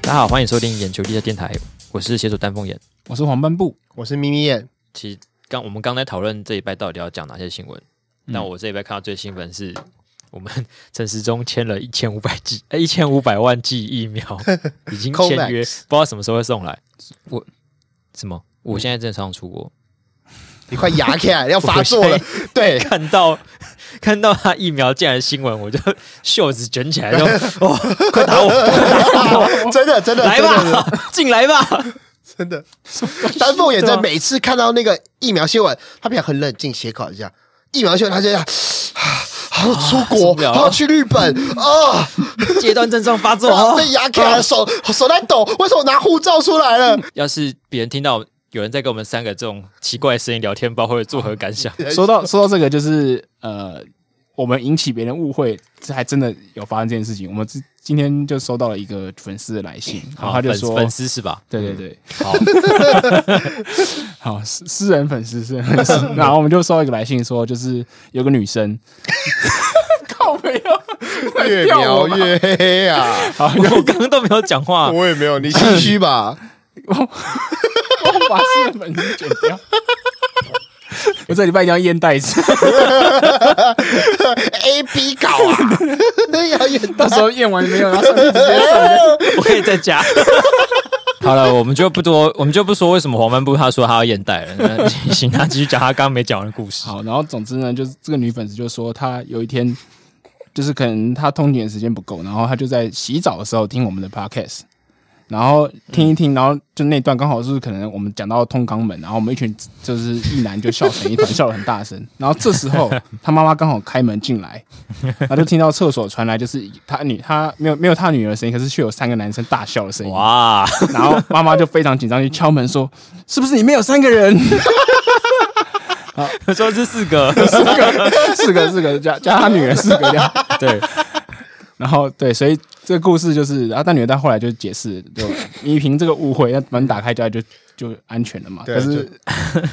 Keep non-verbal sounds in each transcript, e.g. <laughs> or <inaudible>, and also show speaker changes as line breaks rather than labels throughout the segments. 大家好，欢迎收听眼球地下电台，我是写手丹凤眼。
我是黄斑布，
我是眯眯眼，
其实刚我们刚才讨论这一拜到底要讲哪些新闻，那我这一拜看到最兴奋是 <laughs> 我们陈时中签了一千五百剂， <laughs> 一千五百万剂疫 <laughs> 苗，已经签约，不知
Covax
道什么时候会送来。我什么？我现在正常出国，
你快牙起来，要发作
我
了。对， <laughs>
看到 <laughs> 看到他疫苗进来的新闻，我就袖子卷起来， <laughs> 就哦，快打我， <laughs>
真的真的
来，吧，进来吧。
真的真的。丹凤眼在每次看到那个疫苗新闻，他平常很冷静，写考一下疫苗新闻，他就这样， <sighs> 好想出
啊受
国
不，了
好想去日本
<laughs>
啊，
阶段症状发 <laughs> 作哦
哇，被牙起来，手手在抖，为什么拿护照出
<laughs>
来了？
要是别人听到有人在跟我们三个这种奇怪的声音聊天，包括作何感 <laughs> 想？
说到说到这个，就是呃，我们引起别人误会，这还真的有发生这件事情。我们之今天就收到了一个粉丝的来信，然后他就
粉
说，
粉丝是吧？
对对对，
好，
<laughs> 好私私人粉丝私人粉丝，然后我们就收到一个来信说，就是有个女生，靠没有
越描越黑 <laughs> 啊！
<laughs>
好，就
我刚刚都没有讲话，
我也没有，你心
<laughs>
虚吧？
<laughs> 我把私人粉丝剪掉。我这礼拜一定要验袋子，
A B 搞
<laughs>
啊，要越
到时候验完没有，然后上面直接上面
我可以在家。 <laughs> 好了，我们就不多，我们就不说为什么黄斑部他说他要眼袋了。 <laughs> 那请他继续讲他刚刚没讲完的故事。
好，然后总之呢，就是这个女粉丝就说，她有一天就是可能她通勤的时间不够，然后她就在洗澡的时候听我们的 podcast，然后听一听，然后就那段刚好是可能我们讲到通肛门，然后我们一群就是一男就笑成一团， <laughs> 笑得很大声。然后这时候她妈妈刚好开门进来，然后就听到厕所传来就是她女她没有没有她女儿的声音，可是却有三个男生大笑的声音。
哇， <laughs>
然后妈妈就非常紧张去敲门说：“是不是里面有三个人？”
他说是四个，
四个，四个，四个，加加他女儿四个这样。
对，
然后对，所以这个故事就是，然后但女儿但后来就解释，就你凭这个误会，那门打开家就就安全了嘛。
对
可是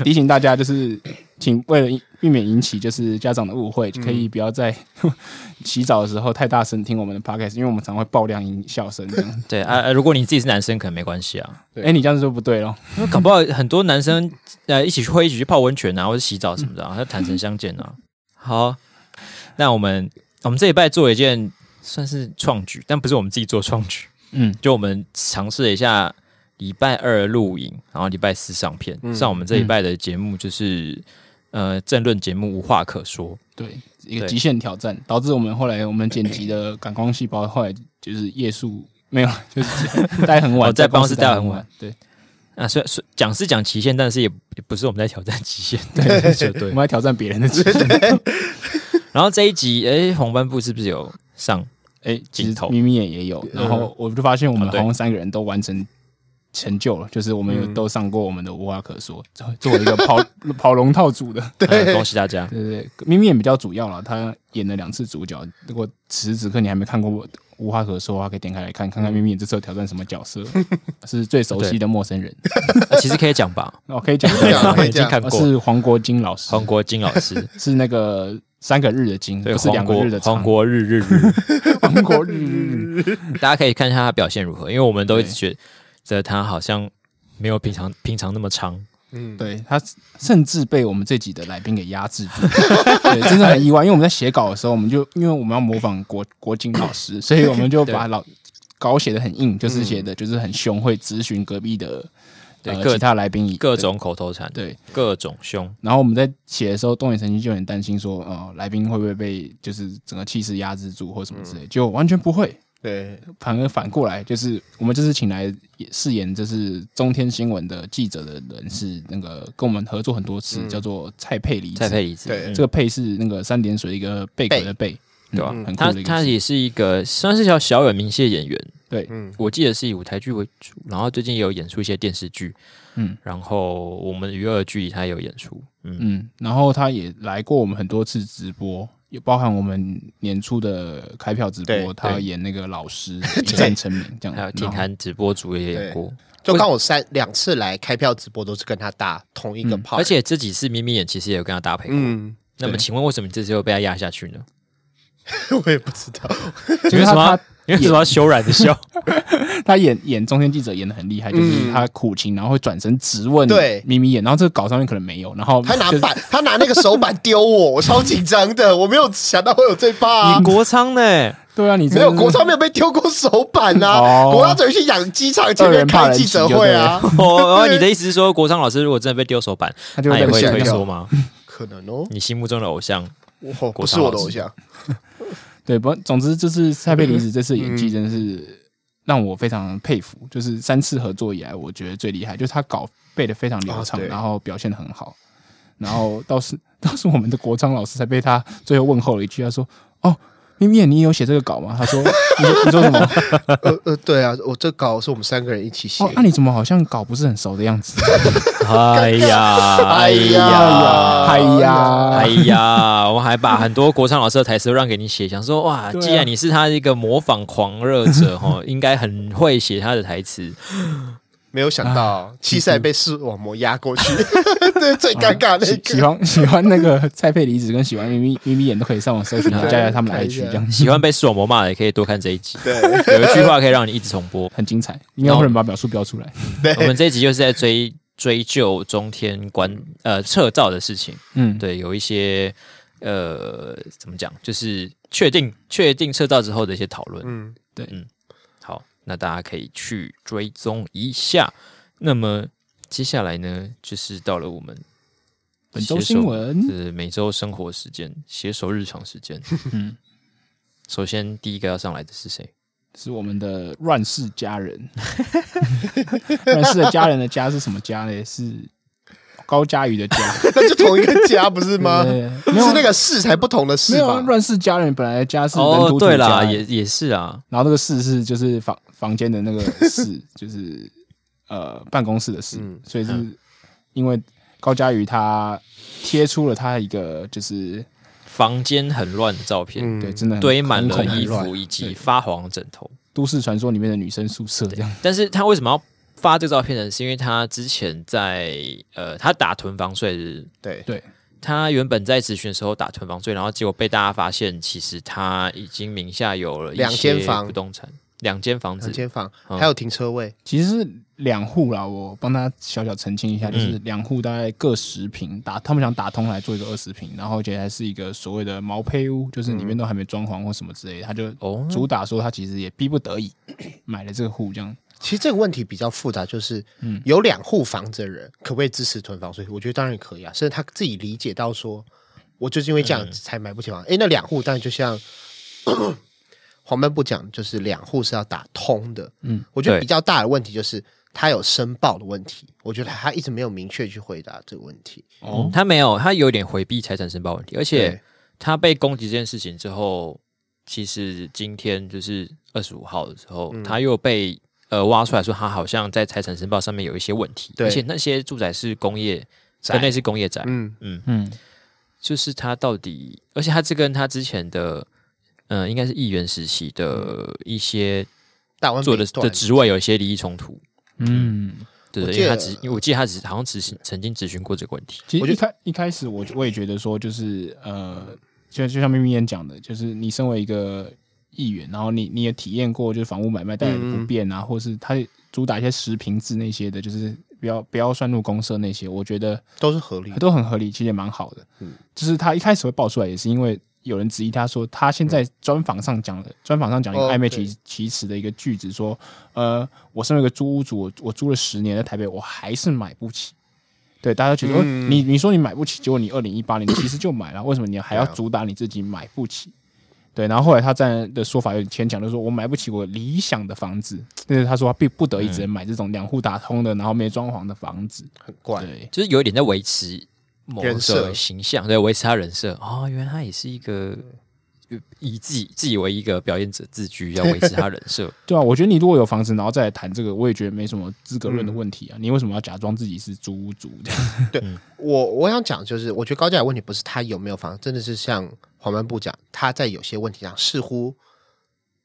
提醒大家，就是请为了避免引起就是家长的误会，可以不要在 <laughs> 洗澡的时候太大声听我们的 podcast，因为我们常会爆量音笑声这样。
<laughs> 对啊、啊如果你自己是男生，可能没关系啊，
哎，你这样子就不对咯。
因为搞不好很多男生呃一起去会一起去泡温泉啊，或者洗澡什么的、
嗯
啊，他坦诚相见啊。好，那我们我们这一拜做了一件算是创举，但不是我们自己做创举，
嗯，
就我们尝试了一下礼拜二录影，然后礼拜四上片。
嗯
像我们这一拜的节目就是、呃政论节目无话可说，
对，一
对
个极限挑战，导致我们后来我们剪辑的感光细胞后来就是夜宿没有，就是待很晚，
哦在办公室
待
待很晚。
对，
啊，虽然虽讲是讲期限，但是也也不是我们在挑战期
<laughs>
限，对就
我
<laughs> 对
们。还挑战别人的极限。
<laughs> 然后这一集，哎，红斑部是不是有上？
哎，其
镜
实
头
咪咪眼也有，然后我就发现我们
哦
好
对
像三个人都完成成就了，就是我们有
嗯
都上过我们的无话可说，作作为一个跑跑龙套组的。
呃恭喜大家！
对对，对咪咪眼比较主要了，他演了两次主角。如果此时此刻你还没看过《无话可说》的话，可以点开来看，看看咪咪眼这次要挑战什么
<laughs>
角色，是最熟悉的陌生人。 <laughs>
啊其实可以讲
<laughs>
吧，
哦，可以讲一
可以
下
<laughs>
讲
我
啊可
们
以
已经
讲
看
哦
过了。
是黄国金老师，
黄国金老
<laughs>
师，
是那个三个日的金，
对，
不是两
黄
个
国
日的长
黄国日日
<laughs>
日，
黄国日日日，
大家可以看一下他表现如何，因为我们都一直
对
觉得他好像没有平常平常那么长。
嗯，
对他甚至被我们这集的来宾给压制住， <laughs> 对，真的很意外。因为我们在写稿的时候，我们就因为我们要模仿国国金
<laughs>
老师，所以我们就把老稿写的很
嗯
硬，就是写的就是很凶，会咨询隔壁的
对
呃
各
其他来宾
各种口头禅，
对。
各种凶，
然后我们在写的时候，东野神经就很担心说，呃，来宾会不会被就是整个气势压制住或什么之类，
嗯
就完全不会。
对，
反而反过来，就是我们这次请来饰演就是中天新闻的记者的人是那个跟我们合作很多次，叫做蔡佩离子。
嗯蔡佩离子，
对
嗯
这个佩是那个三点水一个贝壳的贝，
对吧
嗯很酷
他
的一个
他
字
也是一个算是小小有名气的演员，
对，
嗯，
我记得是以舞台剧为主，然后最近也有演出一些电视剧，
嗯
然后我们娱乐剧里他也有演出，嗯，
嗯，然后他也来过我们很多次直播。也包含我们年初的开票直播，
对
他
对
演那个老
<laughs>
师一战成名这样，
还有
然
体
后
坛直播主也演过，
嗯
就刚我三两次来开票直播都是跟他搭同一个炮，
嗯而且这几次咪咪演其实也有跟他搭配过。
嗯，
那么
对
请问为什么你这次又被他压下去呢？
<laughs> 我也不知道，
就是
为什么
他他
<laughs> 你为什么要羞染的笑？
他演演中间记者演的很厉害，
嗯
就是他苦情，然后会转身直问
对
眯眯眼，然后这个稿上面可能没有，然后
他拿
就是
板，他拿那个手板
<laughs>
丢我，我超紧张的，我没有想到会有这一趴、
<laughs>
啊
你。国仓呢？
对啊，你
没
真的
有
是
国超没有被丢过手板呐、
哦
国超只能去养鸡场前面开记者会啊，
<laughs> 哦，哦你的意思是说，国昌老师如果真的被丢手板，
他就
他
会
也
被
会
吓
退
到
缩吗？ <laughs>
可能哦，
你心目中的偶 <laughs> 像，
我不是我的偶像，
对，不，总之就是蔡佩离子这次演
嗯
技真的是让我非常佩服，就是三次合作以来，我觉得最厉害，就是他稿背的非常流畅，
哦对
然后表现的很好，然后倒是 <laughs> 倒是我们的国昌老师才被他最后问候了一句，他说：“哦，咪咪，你有写这个稿吗？”他说：“ <laughs> 你你说什
<laughs>
么？
呃呃，对啊，我这稿是我们三个人一起写
哦，那、你怎么好像稿不是很熟的样
<laughs>
子
哎呀，哎
呀
呀，？”
哎
<laughs>
呀
哎，呀，我还把很多国昌老师的台词都让给你写，想说哇，
对啊
既然你是他一个模仿狂热 <laughs> 者哈，应该很会写他的台词。
没有想到
啊
气赛被视网膜压过 <laughs> 去，这是最尴尬的那
喜喜
个。
欢喜欢那个蔡佩离子跟喜欢咪咪咪咪眼都可以上网
<laughs>
搜寻，然后加加他们的
看一
IG
下
这样
喜欢被视网膜骂的也可以多看这一集，
对
有一句话可以让你一直重 <laughs> 播。
很精彩，应该会有人把秒数标出来。
我
对，
们这一集就是在追追究中天关呃撤照的事情，
嗯，
对，有一些呃怎么讲，就是确定确定撤照之后的一些讨论。
嗯，
好，那大家可以去追踪一下。那么接下来呢，就是到了我们
本周新闻
携手是每周生活时间，携手日常时
<laughs>
间。
嗯
首先第一个要上来的是谁？
是我们的乱世佳
<laughs>
人。乱世的佳人的家是什么家呢？是高佳瑜的家，
<laughs>
那就同一个家不是
呃
<laughs>
吗？
对没有
是那个市才不同的
没
市
有啊
吧？
乱世佳人本来的家是人
哦
土，土
对
家
啦，
欸
也也是啊，
然后那个室是就是房房间的那个
<laughs>
室，就是呃办公室的室，
嗯
所以是因为高佳瑜他贴出了他一个就是
房间很乱的照片，
嗯
对真的很
堆满了
很恐怖
衣
乱
服以及发黄枕头。
都市传说里面的女生宿舍这样，
但是他为什么要发这个照片呢？是因为他之前在呃，他打囤房税日，
对，
对，
他原本在咨询的时候打囤房税，然后结果被大家发现，其实他已经名下有了一些
两间房
不动产，两间房子
两，间房
嗯
还有停车位，
其实是两户啦，我帮他小小澄清一下，就是两户大概各十平，打他们想打通来做一个二十平，然后而且还是一个所谓的毛坯屋，就是里面都还没装潢或什么之类的，他就
哦
主打说他其实也逼不得已买了这个户这样。
其实这个问题比较复杂，就是
嗯
有两户房子的人可不可以支持囤房税？我觉得当然可以啊，甚至他自己理解到说，我就是因为
嗯
这样才买不起房。诶，那两户当然就像 <coughs> 黄斑部讲，就是两户是要打通的。嗯，我觉得
对
比较大的问题就是他有申报的问题，我觉得他一直没有明确去回答这个问题。
嗯他没有，他有点回避财产申报问题，而且
对
他被攻击这件事情之后，其实今天就是二十五号的时候，
嗯
他又被呃挖出来说他好像在财产申报上面有一些问题，
对
而且那些住宅是工业，
宅
跟类似工业宅，
嗯，
嗯，
嗯，
就是他到底，而且他这跟他之前的，嗯、应该是议员时期的
嗯
一些
大湾
做的
北啊段
的职位有一些利益冲突，
嗯，
对
我
对，
记
因为他
得
只，因为我记得他只好像只曾经咨询过这个问题，
其
我
实
觉
一
得
开一开始我我也觉得说，就是呃，就就像咪咪眼讲的，就是你身为一个议员，然后你你也体验过就是房屋买卖带来的不便
嗯
啊，或是他主打一些食品制那些的，就是不要不要算入公社那些，我觉得
都是合理的。
都很合理，其实也蛮好的。嗯，就是他一开始会爆出来，也是因为有人质疑他说，他现在专访上讲的，专访上讲一个
哦
暧昧
对
其其词的一个句子，说，呃，我身为一个租屋主，我我租了十年在台北，我还是买不起。对，大家觉得、哦
嗯
你你说你买不起，结果你二零一八年其实就买了，为什么你还要
对啊
主打你自己买不起？对，然后后来他站的说法有点牵强，就说我买不起我理想的房子，但是他说他并不得已只
嗯
能买这种两户打通的，然后没装潢的房子。
很怪，
对，
就是有一点在维持某
人设
个形象，对，维持他人设。哦，原来他也是一个以自己自以为一个表演者自居，要维持他人设。
对啊，我觉得你如果有房子，然后再来谈这个，我也觉得没什么资格论
嗯
的问题啊。你为什么要假装自己是租屋族这样？
我我想讲就是，我觉得高价的问题不是他有没有房，真的是像黄斑部讲，他在有些问题上似乎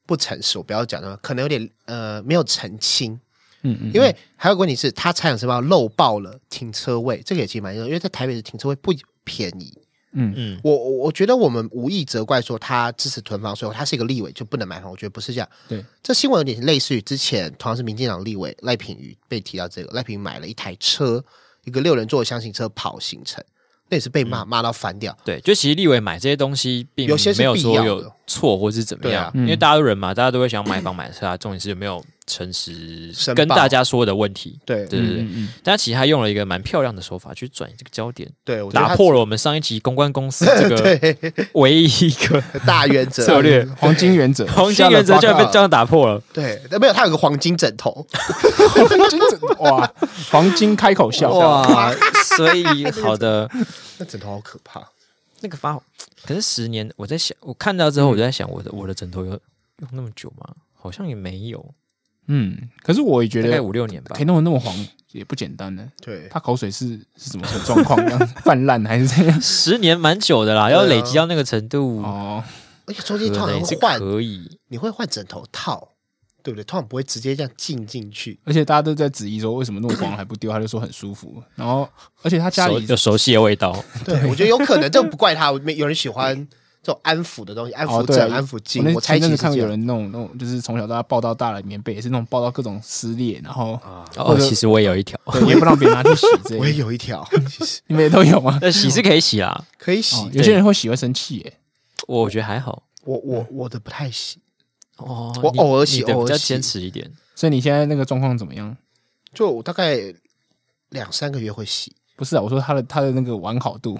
不成熟，不要讲的，可能有点呃没有澄清。
<laughs> 嗯嗯，
因为还有个问题是，他财产申报漏报了停车位，这个也其实蛮严重，因为在台北的停车位不便宜，
嗯
我我我觉得我们无意责怪说他支持囤房税，他是一个立委就不能买房，我觉得不是这样。
对，
这新闻有点类似于之前同样是民进党立委赖品妤被提到这个，赖品妤买了一台车，一个六人座的箱型车跑行程，那也是被
嗯
骂骂到翻掉。
对，就其实立委买这些东西，并
有些是
没有
必
说
要
有
的
错或是怎么
对
样
啊，
嗯
因为大家都人嘛，大家都会想买房买车啊。重点是有没有诚实
申
跟
报
大家说的问题。
对
对
嗯
对对，但其实他用了一个蛮漂亮的手法去转移这个焦点，
对，我觉得
打
他
破了我们上一集公关公司
<laughs>
这个
对
唯一一
<laughs>
个
大原则
<laughs>
嗯
策略
黄金原
<laughs>
则，
黄金原则，居然被这样打破了。
对，但没有他有个黄金枕头，
黄金枕头 <laughs> 哇，黄金开口笑，
哇，所以好的，
<laughs> 那枕头好可怕。
那个发，可是十年，我在想，我看到
嗯
之后，我就在想，我的我的枕头有用那么久吗？好像也没有，
嗯，可是我也觉
大概
得
五六年吧
可以。弄得那么黄也不简单呢。
对，
他口水是是什么状况？这样 <laughs> 泛滥还是这
<laughs>
样？
十年蛮久的啦，
对啊
要累积到那个程度，
哦，
而且中
可
间通常
能
会
是
换，
可以。
你会换枕头套，对不对？通常不会直接这样进
<laughs>
进去。
而且大家都在质疑说，为什么那么黄还不丢？他就说很舒服。然后，而且他家
熟
里
有熟悉的味道，
对，我觉得有可能，这不怪他， <laughs> 没有人喜欢这种安抚的东西，安
哦，
抚
对
枕、
啊，
安抚
我
镜。
那
我猜
前阵
其
子
实
看到
是这
有
样
人弄那种，就是从小到大抱到大的棉被，也是那种抱到各种撕裂，然后
啊
哦，其实我也有一
<laughs>
条，
对也不让别人拿去洗这
我也
类。
有
<laughs>
一条，其实
<laughs> 你们也都有
<laughs>
吗？
但洗是可以洗啦，
可以洗
哦。有些人会洗会生气耶。
我觉得还好。
我我我的不太洗，
哦，
我
你
偶尔洗
你的
偶
比较
尔洗
坚持一点。
所以你现在那个状况怎么样？
就我大概两三个月会洗。
不是啊，我说他的他的那个完好度，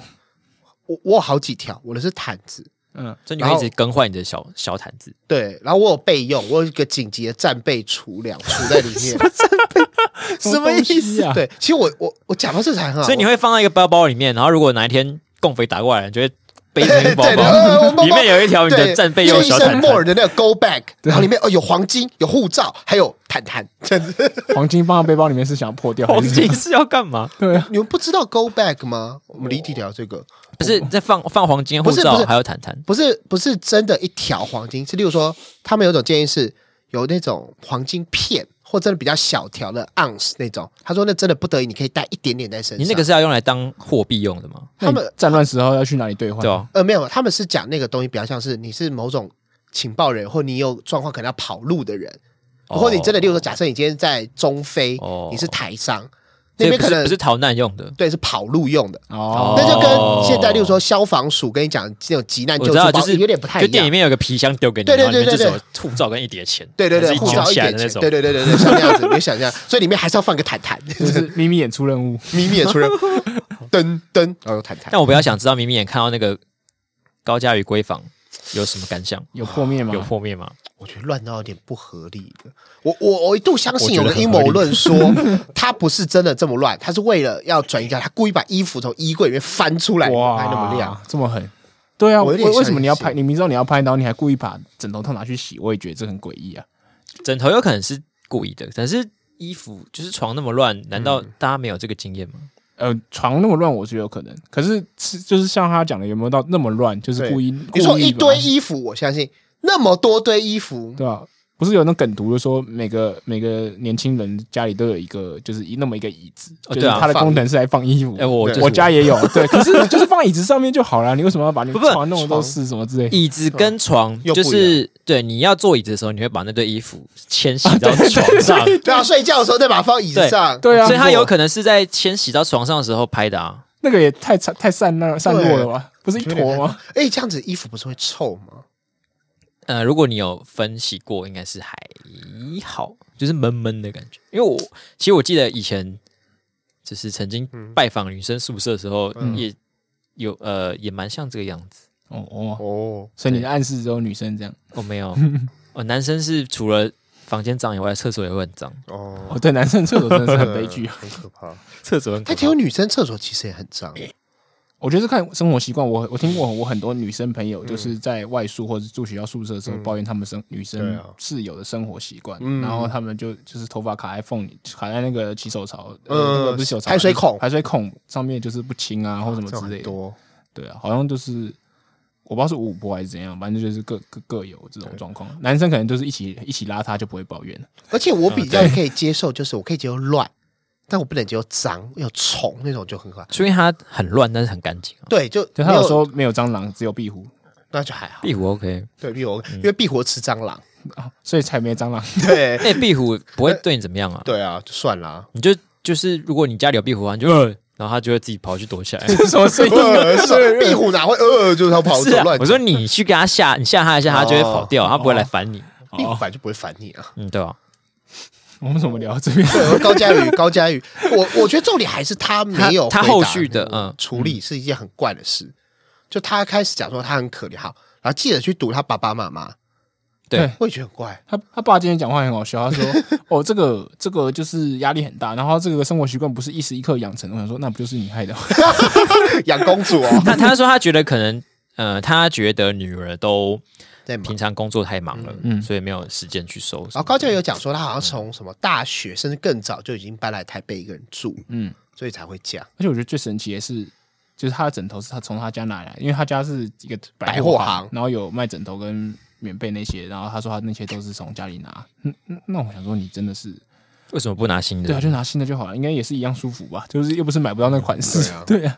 我我有好几条，我的是毯子，
嗯，
所以你
然
会一
后
直更换你的小小毯子，
对，然后我有备用，我有一个紧急的战备储粮储在里
<laughs>
面。 <laughs>
什么意思
啊？
对，其实我我我讲到这才很好，
所以你会放到一个包包里面，然后如果哪一天共匪打过来，你就会背着那个包
<laughs> 对呃我包
包，
包
里面有一条你的
对
战备用
就是
小
一
毯
身
子
莫。尔的那个 Go Back，然后里面哦有黄金、有护照，还有毯毯。这样子
黄金放到背包里面是想要破
<laughs>
掉，
黄
还是
金是要干
<laughs>
嘛？
对啊，
你们不知道 Go Back 吗？我们离题聊这个，
不是在放放黄金护
不是
照
不，是
还有毯毯。
不是不是真的一条黄金，是例如说他们有一种建议是有那种黄金片，或真的比较小条的 ounce 那种。他说那真的不得已，你可以带一点点在身上。
你那个是要用来当货币用的吗？
他们
那你战乱时候要去哪里兑换？
对啊，
呃，没有，他们是讲那个东西比较像是你是某种情报人，或你有状况可能要跑路的人，
哦
或者你真的，例如说，假设你今天在中非，
哦
你是台商，
啊所
那
以
边
不
可
是
能
不是逃难用的。
对是跑路用的，
哦，
那就
哦
跟现在例如说消防署跟你讲这种急难
我
救
知
助
道，
包
就是
有点不太
就
一
店里
样。
面有个皮箱丢给你，
对对
然后里面就
对
是
对
有护照跟一叠钱，
对对
就
对，
是
护
卷
照一
起来的
点
那
钱，
种。
对对对对对，像那样子，你就想象，所以里面还是要放个毯毯，
就是咪咪演出任务，
迷你的
<laughs>
出人，噔噔，然后有毯毯，
但我比较想知道，明明眼看到那个高佳宇闺房有什么感想？
有破灭吗？
有破灭吗？
我觉得乱到有点不合理的。我我我一度相信有
我
个
觉得很
阴
合理
谋论
<laughs>
说，他不是真的这么乱，他是为了要转移掉，他故意把衣服从衣柜里面翻出来拍那么亮。，
这么狠。对啊，
我
为
有点
为什么你要
相
拍？
信
你明知道你要拍，然后你还故意把枕头套拿去洗，我也觉得这很诡异啊。
枕头有可能是故意的，但是衣服就是床那么乱，难道
嗯
大家没有这个经验吗？
呃，床那么乱，我觉得有可能。可是是就是像他讲的，有没有到那么乱？就是
对
故意，
你说
故意
一
吧
堆衣服，我相信那么多堆衣服，
对啊，不是有那梗图，就说每个每个年轻人家里都有一个，就是一那么一个椅子，
哦对
就是
啊
它的
放
功能是来放衣服。
哎、我
对
就是
我家也有，对，可是
<laughs>
就是放椅子上面就好了，你为什么要把你
不
们
不
床弄的都
床
是什么之类？
椅子跟床
又不
就
一样
是对，你要坐椅子的时候，你会把那堆衣服迁徙到床上，
啊对啊，睡觉的时候再把它放椅子上。
对啊，
所以它有可能是在迁徙到床上的时候拍的啊。
那个也太散太散那散落了吧？不是一坨吗？
哎，这样子衣服不是会臭吗？
呃，如果你有分析过，应该是还好，就是闷闷的感觉。因为我其实我记得以前就是曾经拜访女生宿舍的时候，也有呃也蛮像这个样子。
哦哦，
哦，
所以你的暗示只有女生这样。
哦，没有，哦，男生是除了房间脏以外，厕所也会很脏，
哦，
哦，对，男生厕所真的是 <laughs> 很悲剧。
很可怕。
<laughs> 厕所很可
但
怕
只有女生厕所其实也很脏，
我觉得是看生活习惯，我我听
嗯
过我很多女生朋友就是在外宿或者住学校宿舍的时候抱怨她们生女
嗯对
生
啊
室友的生活习惯，
嗯
然后她们就就是头发卡在缝里，卡在那个洗手槽，
嗯
呃，那个不是洗手槽，
排水孔
排水孔上面就是不清啊，或什么
这
之
种
类的。
很多。
对啊，好像就是我不知道是五波还是怎样，反正就是各各各有这种状
<laughs>
况。男生可能就是一起一起邋遢就不会抱怨了。
而且我比较可以接受，就是我可以接受乱，但我不能接受脏，有虫那种就很可怕。
所以它很乱，但是很干净啊。
对，就
就
没
他有说没有蟑螂，只有壁虎，
那就还好。
壁虎嗯 OK，
对，壁虎，因为壁虎吃蟑螂。
啊所以才没蟑螂。 <laughs>
对
哎、壁虎不会 <laughs> 对你怎么样啊？
对啊，就算
<laughs>
啦。
你就就是，如果你家里有壁虎的话，你就、呃然后它就会自己跑去躲起来。
什么声音？啊
<laughs> 是壁虎哪会呃，就是它跑
是
走
啊
乱，
我说你去给它吓，你吓它一下，它就会跑掉，它不会来烦你。哦
壁虎本来就不会烦你啊。 <laughs>
嗯，对吧？
我们怎么聊到这边？
对，高佳宇，高佳宇，我我觉得重点还是他没有
他他
回答
后续的
那个
嗯
处理是一件很怪的事。就他开始讲说他很可怜，好，然后记者去堵他爸爸妈妈，
对，
我也觉得很怪。 <laughs>
他他爸今天讲话很好笑，他说：“哦，这个这个就是压力很大，然后这个生活习惯不是一时一刻养成。”我想说，那不就是你 <laughs> 害的？
养
<laughs>
公主哦，
他他说他觉得可能，呃，他觉得女儿都
在忙
平。常工作太忙了，
嗯
所以没有时间去收拾。
然后高教有讲说，他好像从什么大学甚至更早就已经搬来台北一个人住，
嗯，
所以才会这样。
而且我觉得最神奇的是，就是他的枕头是他从他家拿来，因为他家是一个
百
货
货行
然后有卖枕头跟棉被那些，然后他说他那些都是从家里拿。嗯，嗯那我想说，你真的是
为什么不拿新的？
对啊，就拿新的就好了，应该也是一样舒服吧？就是又不是买不到那款式。
对啊
<laughs> 对啊，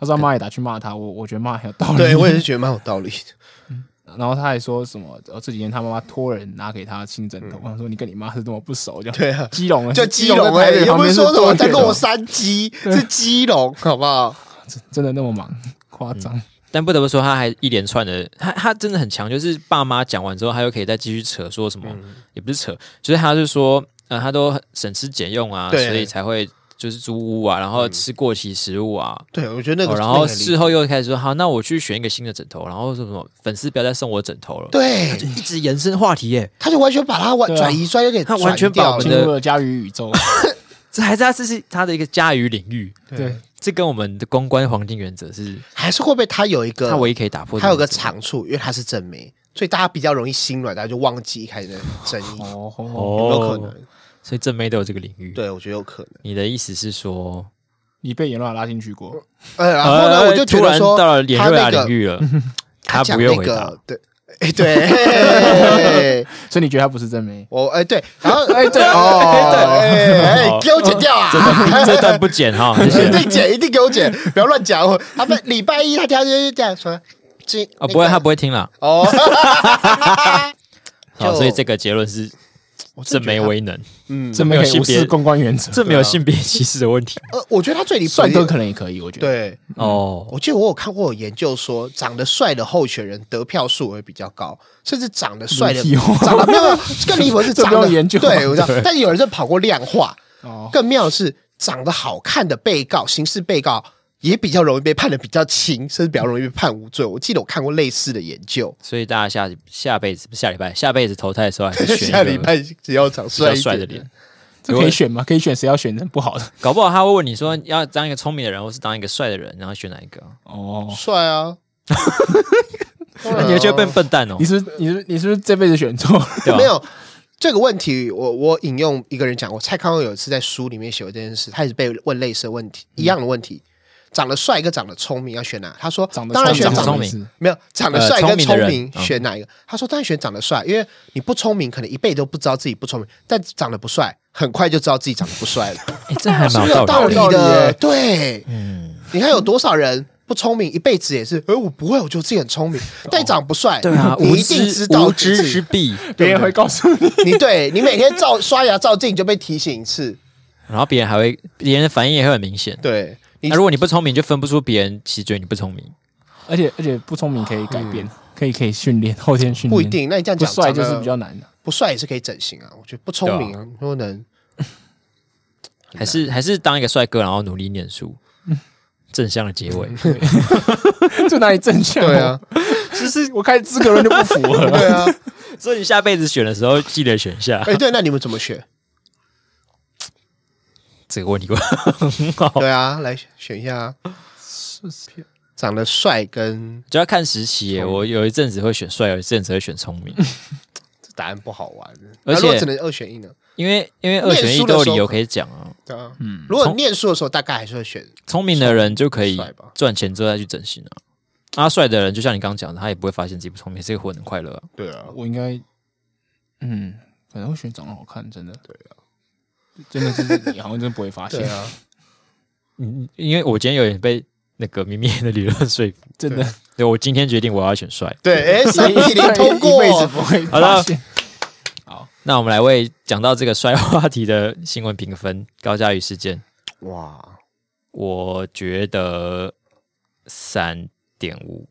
他说他妈也打去骂他，我我觉得骂很有道理。
<laughs> 对我也是觉得蛮有道理的。
然后他还说什么？哦，这几天他妈妈托人拿给他新枕头，我想说你跟你妈是这么不熟，就
嗯对啊
基隆人
就基隆
在
哎、
台北
又
旁
不
边
是
是
说什
多
么
远
在跟我
啊
哦
山鸡，是基隆，好不好？
真的那么忙，夸张。
但不得不说，他还一连串的，他他真的很强，就是爸妈讲完之后，他又可以再继续扯说什么，也不是扯，就是他就说，呃，他都省吃俭用啊，
对
所以才会就是租屋啊，然后吃过期食物啊。
对，我觉得那个、
哦然
那
后
个很
事后又开始说，好，那我去选一个新的枕头，然后说什么粉丝不要再送我枕头了，，
对，
一直延伸话题耶，
他就完全把它完
对啊
转移出来，有点
他完全
转移掉
把我
进
们
了
的
入了家瑜宇宙，
这还是他这是他的一个家语领域，
对，
这跟我们的公关黄金原则是，
还是会不会他有一个
他唯一可以打破的
啊他有个
原则
长处，因为他是正媒，所以大家比较容易心软，大家就忘记一开始的争议，
哦，
哦
有没有可能？
所以正妹都有这个领域。，
对，我觉得有可能。
你的意思是说，
你被阎罗王拉进去过，
呃，然后呢，
呃
我就觉
突
得
然
说
到了演
他
瑞
那
亚
个
领域了，他不
他讲
会
那
回答
<laughs> 个，对，哎对， <laughs>
所以你觉得他不是真妹？
我哎对，然后
<laughs>
哎对哦，哎
哦
哎给我剪掉啊！
这段不 <laughs> 剪
<laughs>
哈，谢
一
哦谢。
定剪，一定给我剪，不要乱讲。我他们礼拜一他家就是这样说，这
啊，不会，他
那个
不会听啦。
哦，
<laughs> 好，
就
所以这个结论是
我真
正
的
没
觉得他
为能，
嗯，
这
真
没有
妹可以
性
无
别
视公关原则，
这没有性别歧视的问题
呃，我觉得他最离谱
帅
的
哥可能也可以，我觉得。
对，
哦。
我记得我有看过有研究说，长得帅的候选人得票数会比较高，甚至长得帅的
离谱
长得没有没有更离谱的是
这
长
不用
得
研究
对，我知道
对。
但是有人在跑过量化，
哦，
更妙的是长得好看的被告，刑事被告也比较容易被判的比较轻，甚至比较容易被判无罪。我记得我看过类似的研究，
所以大家下下辈子不是下礼拜下辈子投胎的时候还是选
<laughs> 下
一
礼
个
拜只要长
比较
帅一
帅
点
的脸，，
这可以选吗？可以选谁要选不好的？
搞不好他会问你说要当一个聪明的人，或是当一个帅的人，然后选哪一个？
哦，
帅啊！当
那
然啊
你会觉得笨笨蛋哦
你，是不是你是不是你是不是这辈子选错了？
对啊吧
没？有这个问题，我我引用一个人讲过，蔡康永有一次在书里面写过这件事，他也是被问类似的问题，
嗯
一样的问题，长得帅跟长得聪明要选哪？他说，
长得
当然
帅
选
长得
长
聪
得
明
是
没有长得
呃
帅跟
聪明的
聪
人
明
嗯
选哪一个？他说当然选长得帅，因为你不聪明，可能一辈子都不知道自己不聪明，但长得不帅，很快就知道自己长得不帅
<laughs>
了，
哎这还
是不
蛮
是有
道
道
理
理
的。
有道理耶
的？对，
嗯，
你看有多少人不聪明，一辈子也是，哎，我不会，我觉得自己很聪明，
哦
但长得不帅，
对啊，
你
无
一定知
知
道
无
自
知
己
之弊，
别人会告诉
<laughs>
你。
你对你每天照刷牙照镜就被提醒一次，
然后别人还会，别人的反应也会很明显。
对你
那、如果你不聪明，就分不出别人其实觉得你不聪明。
而且而且不聪明可以改变，可以可以训练，后天训练
嗯不一，定。那你这
啊
样
不
讲，
帅就
长
是
得
比较难的。
不帅也是可以整形啊。我觉得不聪
<laughs>
明啊，如果能
还是还是当一个帅哥，然后努力念书，正向的结
<laughs>
尾。
这哪里正向？
对啊，
就是我开始资格论就
<laughs>
不符合了。
对啊，
所以你下辈子选的时候，记得选下
哎对，那你们怎
<laughs>
么选？
这个问题会很
哦
好，
对啊，来选一下啊，长得帅跟
就要看时期耶。我有一阵子会选帅，有一阵子会选聪明，
这答案不好玩。
而且
那如果只能二选一呢？
<laughs> 因为因为二选一都有理由可以讲啊。
对啊，
嗯
如果念书的时候大概还是会选
聪明的人就可以
帅吧
赚钱之后再去整形啊。啊，帅的人就像你刚刚讲的，他也不会发现自己不聪明，所以活得很快乐啊。
对啊，
我应该，嗯，可能会选长得好看，真的。对啊，真的是你好像真不会发
对
现，
啊，
嗯，因为我今天有点被那个咪咪的理论说服，
真的
对我今天决定我要选帅。
对，哎，
<laughs>
三比零通
一辈子
过，
不会
好了
发现。
那我们来为讲到这个帅话题的新闻评分，高嘉瑜事件，
哇，
我觉得三点五，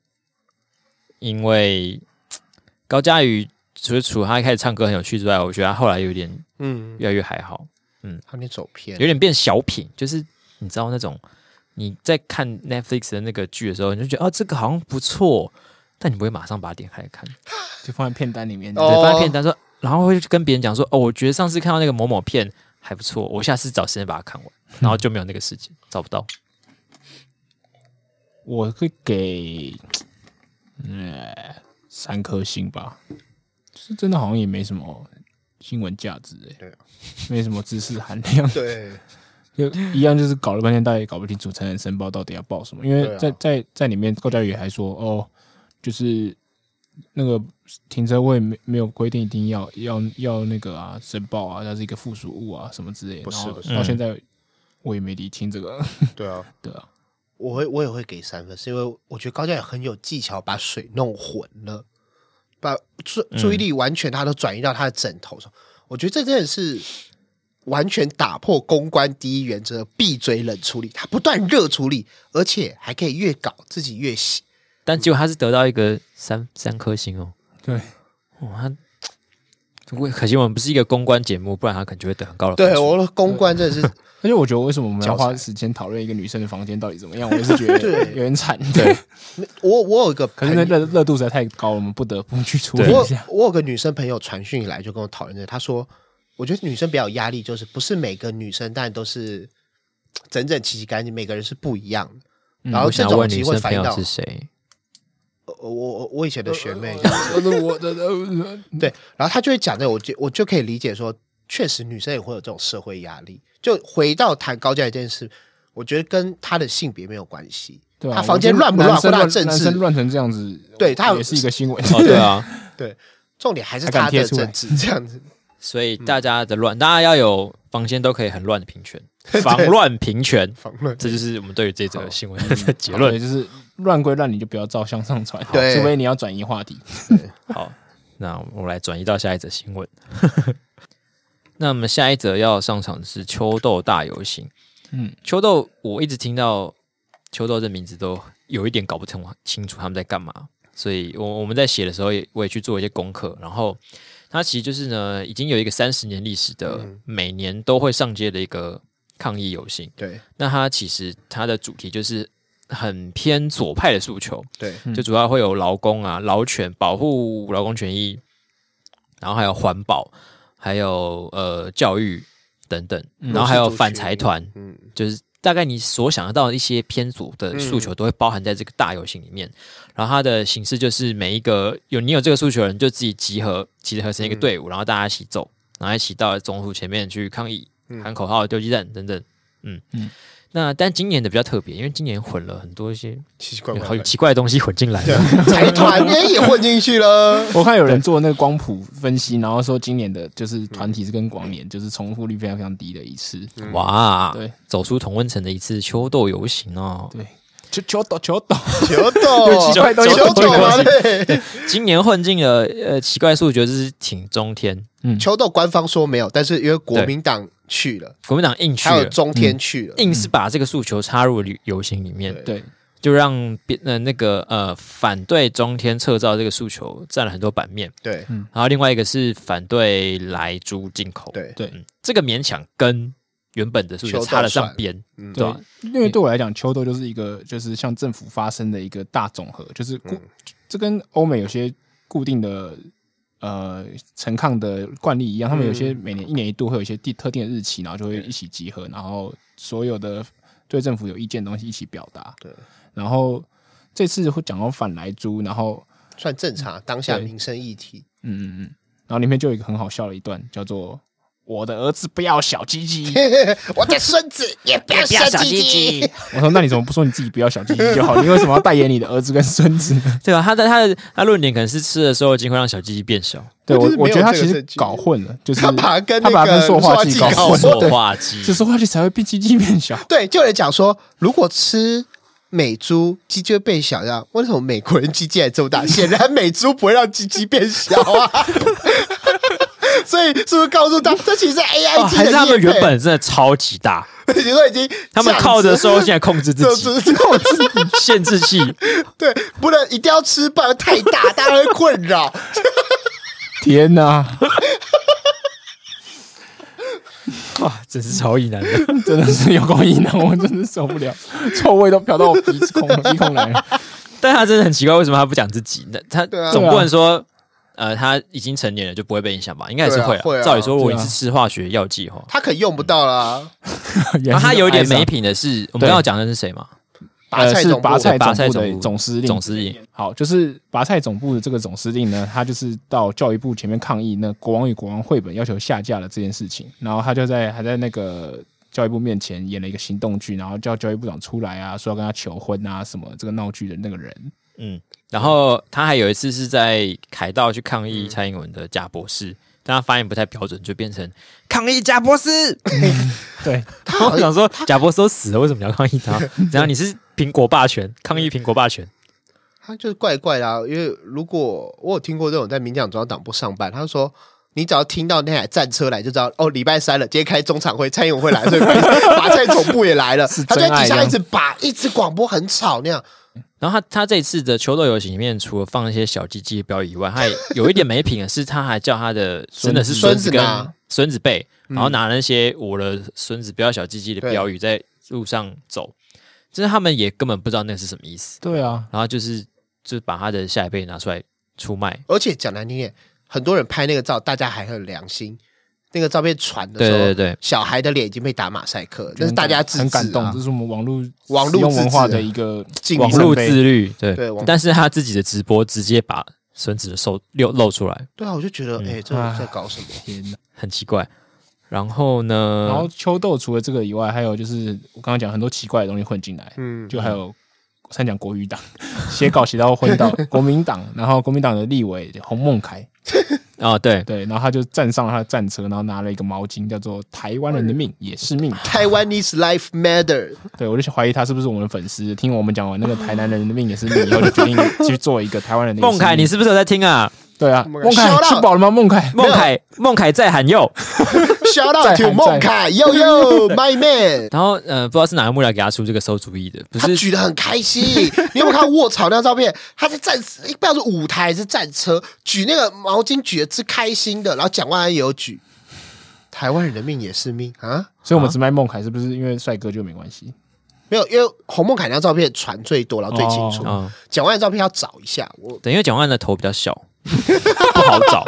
因为高嘉瑜除了除了他一开始唱歌很有趣之外，我觉得他后来有点
嗯，
越来越还好，
他有点走偏
有，点变小品，就是你知道那种你在看 Netflix 的那个剧的时候，你就觉得哦这个好像不错，但你不会马上把它点开来看，
就放在片单里面。
哦
对，放在片单说，然后会跟别人讲说，哦，我觉得上次看到那个某某片还不错，我下次找时间把它看完，然后就没有那个时间，找不到。
我会给，呃，三颗星吧。就是真的好像也没什么新闻价值哎、
对啊
没什么知识含
<laughs>
量，
对，
就一样就是搞了半天，大家也搞不清楚成人申报到底要报什么。因
对
为
啊
在、在在里面，高嘉宇还说哦，就是那个停车位没没有规定一定要要要那个啊申报啊，它是一个附属物啊什么之类的。
不是
然后
不是
到现在我也没理清这 <laughs> 个，
对啊，
对啊，
我会我也会给三分，是因为我觉得高嘉也很有技巧，把水弄混了，把注注意力
嗯
完全他都转移到他的枕头上。我觉得这真的是完全打破公关第一原则，闭嘴冷处理。他不断热处理，而且还可以越搞自己越细。
但结果他是得到一个三三颗星哦，
对。
哇、他不过可惜我们不是一个公关节目，不然他可能就会得很高的分
对
数。
我的公关真的是
而且我觉得，为什么我们要
教材
花时间讨论一个女生的房间到底怎么样？我也是觉得
对
有点惨。对，
我我有一个
<laughs> 可是
朋
那
友
热热度实在太高了，我们不得不去处理一
我
下。
我有个女生朋友传讯以来就跟我讨论这个，她说，我觉得女生比较有压力，就是不是每个女生但都是整整齐齐干净，每个人是不一样的。
嗯
然后
我
这
想
种
问
其
女
实会
生朋
反映
友
到
是
<laughs>
谁？
呃我我我以前的学妹，
我的我的呃
对，然后她就会讲的，我就我就可以理解说，确实女生也会有这种社会压力。就回到谈高价这件事，我觉得跟她的性别没有关系，
对啊，
她房间乱不乱
男生
或她政治
男生乱成这样子，
对她
也是一个新闻。
哦，对啊，
重点还是
还敢
她
贴
的
出来
政治这样子。
所
嗯
以大家的乱，大家要有房间都可以很乱的平
<laughs>
权，防乱平权，
访问
这就是我们对于这则新闻的结论
<laughs> 对，。就是乱归乱，你就不要照相上传，<laughs>
对
除非你要转移话题。
好，那我们来转移到下一则新闻。 <laughs> 那我们下一则要上场的是秋豆大游行。
嗯，
秋豆，我一直听到秋豆这名字都有一点搞不清清楚他们在干嘛，所以我我们在写的时候也我也去做一些功课。然后它其实就是呢，已经有一个三十年历史的，每年都会上街的一个抗议游行。
对
那它其实它的主题就是很偏左派的诉求，
对
嗯
就主要会有劳工啊、劳权保护劳工权益，然后还有环保，还有呃教育等等，然后还有反财团，
嗯
就是大概你所想得到的一些偏左的诉求都会包含在这个大游行里面。然后它的形式就是每一个有你有这个诉求的人就自己集合，集合成一个队伍，然后大家一起走，然后一起到总署前面去抗议，喊口号、丢鸡蛋等等。嗯
嗯
嗯，那但今年的比较特别，因为今年混了很多一些
奇奇怪
有好
怪
有，奇怪的东西混进来
对
了。
财团哎也混进去了。
<laughs>
我看有人做那个光谱分析，然后说今年的就是
嗯
团体是跟往年就是重复率非常非常低的一次。
哇，
嗯对，
走出同温层的一次秋豆游行哦。
对，求求抖求抖，
九斗，
有奇怪东西
九斗
有
吗？
奇
对，
今年混进了呃奇怪数，觉得是挺中天，
秋斗官方说没有，但是因为国民党去了，
国民党硬去
还有
了，嗯
中嗯天去了，
硬是把这个诉求插入旅游行里面，
对，
就让别呃那个呃反对中天撤照这个诉求占了很多版面。
对
然后另外一个是反对莱猪进口，，
对
对
嗯，这个勉强跟原本的诉
秋
求
豆
插得上
算
边，
嗯
对啊
对
吧，
因为对我来讲，秋豆就是一个就是向政府发声的一个大总和，就是固、这跟欧美有些固定的呃陈抗的惯例一样，他们有些每年一年一度会有一些地特定的日期，然后就会一起集合，然后所有的对政府有意见的东西一起表达。
对，
然后这次会讲到反莱猪，然后
算正常，当下民生议题，
嗯嗯嗯，然后里面就有一个很好笑的一段，叫做我的儿子不要小鸡鸡。 <laughs>
嗯
我的孙子也不要小鸡鸡。
我说那你怎么不说你自己不要小鸡鸡就好？你为什么要代言你的儿子跟孙子呢？
对啊吧？他的他的他论点可能是吃的时候经会让小鸡鸡变小，
对我
就是，没
我
有
觉得他
这
其
个
实
证据
搞混 <laughs> 了，就是
他把它跟
他
那
把它
个
跟塑化
塑
剂
化
搞
剂搞
混
混
了，
塑
对
化剂
<laughs> 就。塑化剂才会变鸡鸡变小。
对，就有人讲说，如果吃美猪，鸡就会变小呀。为什么美国人鸡鸡还这么大？显然美猪不会让鸡鸡变小啊。
<laughs>
所以是不是告诉他，这其实是
哦，
AI 机
还
的、
是他们原本真的超级大，
<laughs> 你说已经
他们靠着收现在控制自
就
己，
是控制
<laughs> 限制器。
对，不能一定要吃，不然太大，大家会困扰。
<laughs> 天 <laughs> 哪，
哇，真是超意难的。
真的是有够异能，我真的受不 <laughs> 了，臭味都飘到我鼻子孔鼻孔 <laughs> 来了。
但他真的很奇怪，为什么他不讲自己？那他
对啊
总不能说，呃，他已经成年了就不会被影响吧？应该还是会
对啊会啊
照理说，我
对
一
啊
次吃化学药剂哈，
他可用不到啦，
啊
然后他有一点
没
没品的是，我们刚刚讲的是谁嘛？
拔
呃、
菜
是
总部
拔菜
拔菜
总部
总部
的总司令。
总司令
好，就是拔菜总部的这个总司令呢，他就是到教育部前面抗议那《国王与国王》绘本要求下架了这件事情，然后他就在还在那个教育部面前演了一个行动剧，然后叫教育部长出来啊，说要跟他求婚啊什么这个闹剧的那个人。
嗯，然后他还有一次是在凯道去抗议蔡英文的贾博士，但他发音不太标准，就变成 <laughs> 抗议贾博士。
对，
我想 <laughs> 说，贾博士都死了，为什么你要抗议他？然后你是苹果霸权，抗议苹果霸权。
<laughs> 他就是怪怪的、啊。因为如果我有听过这种在民进党中央党部上班，他说。你只要听到那台战车来，就知道哦，礼拜三了，今天开中场会，蔡英文会来，所以拔菜总部也来 <laughs> 了。他就在底
真爱
下
啊
一直拔，一直广播很吵那样。
然后他他这次的秋豆游行里面，除了放一些小鸡鸡的标语以外，他也有一点没品的是，他还叫他的真的是孙子嗯
孙子
跟
拿
孙子辈，然后拿那些我的孙子不要小鸡鸡的
对
标语在路上走，就是他们也根本不知道那是什么意思，
对啊，
然后就是就是把他的下一辈拿出来出卖，
而且讲难听点，很多人拍那个照，大家还很良心。那个照片传的
对
时候，
对对，
小孩的脸已经被打马赛克，但是大家自制、啊、
很感动，这是我们网络
网
使
络
用
自制
文化
啊
的一个
敬
网
礼
络
上
上
自
辈。
律，对
对网
但是他自己的直播直接把孙子的手露露出来，
对啊，我就觉得，哎、这人在搞什么？
天哪！
很奇怪。然后呢？
然后秋豆除了这个以外，还有就是我刚刚讲很多奇怪的东西混进来，
嗯，
就还有三讲国语党 <laughs> 写稿写到昏倒，国民党，然后国民党的立委洪孟凯，
啊，对，
对，然后他就站上了他的战车，然后拿了一个毛巾，叫做“台湾人的
哦
命也是命
台湾 is life matter，”。
<laughs> 对我就怀疑他是不是我们的粉丝，听我们讲完那个台南人的命也是命以后，就决定去做一个台湾人的命。
孟凯，你是不是有在听啊？
对啊，
孟
孟
凯
凯
Shout out
吃饱了吗？孟凯，
孟凯，孟凯在喊哟。
Shout out
在
to
喊
孟凯，Yo Yo
<laughs>
My Man，
然后呃，不知道是哪个幕僚给他出这个馊主意的，不
他
是
举得很开心。你有没有看到卧槽那张照片？他在战，不知道是舞台还是战车，举那个毛巾举的是开心的，然后蒋万安也有举。台湾人的命也是命啊，
所以我们只卖孟凯，是不是因为帅哥就没
<laughs>
关系？
没有，因为洪孟凯那张照片传最多，然后最清楚。
哦
啊、
蒋万安的照片要找一下，我
对，因为蒋万安的头比较小， <laughs> 不好找，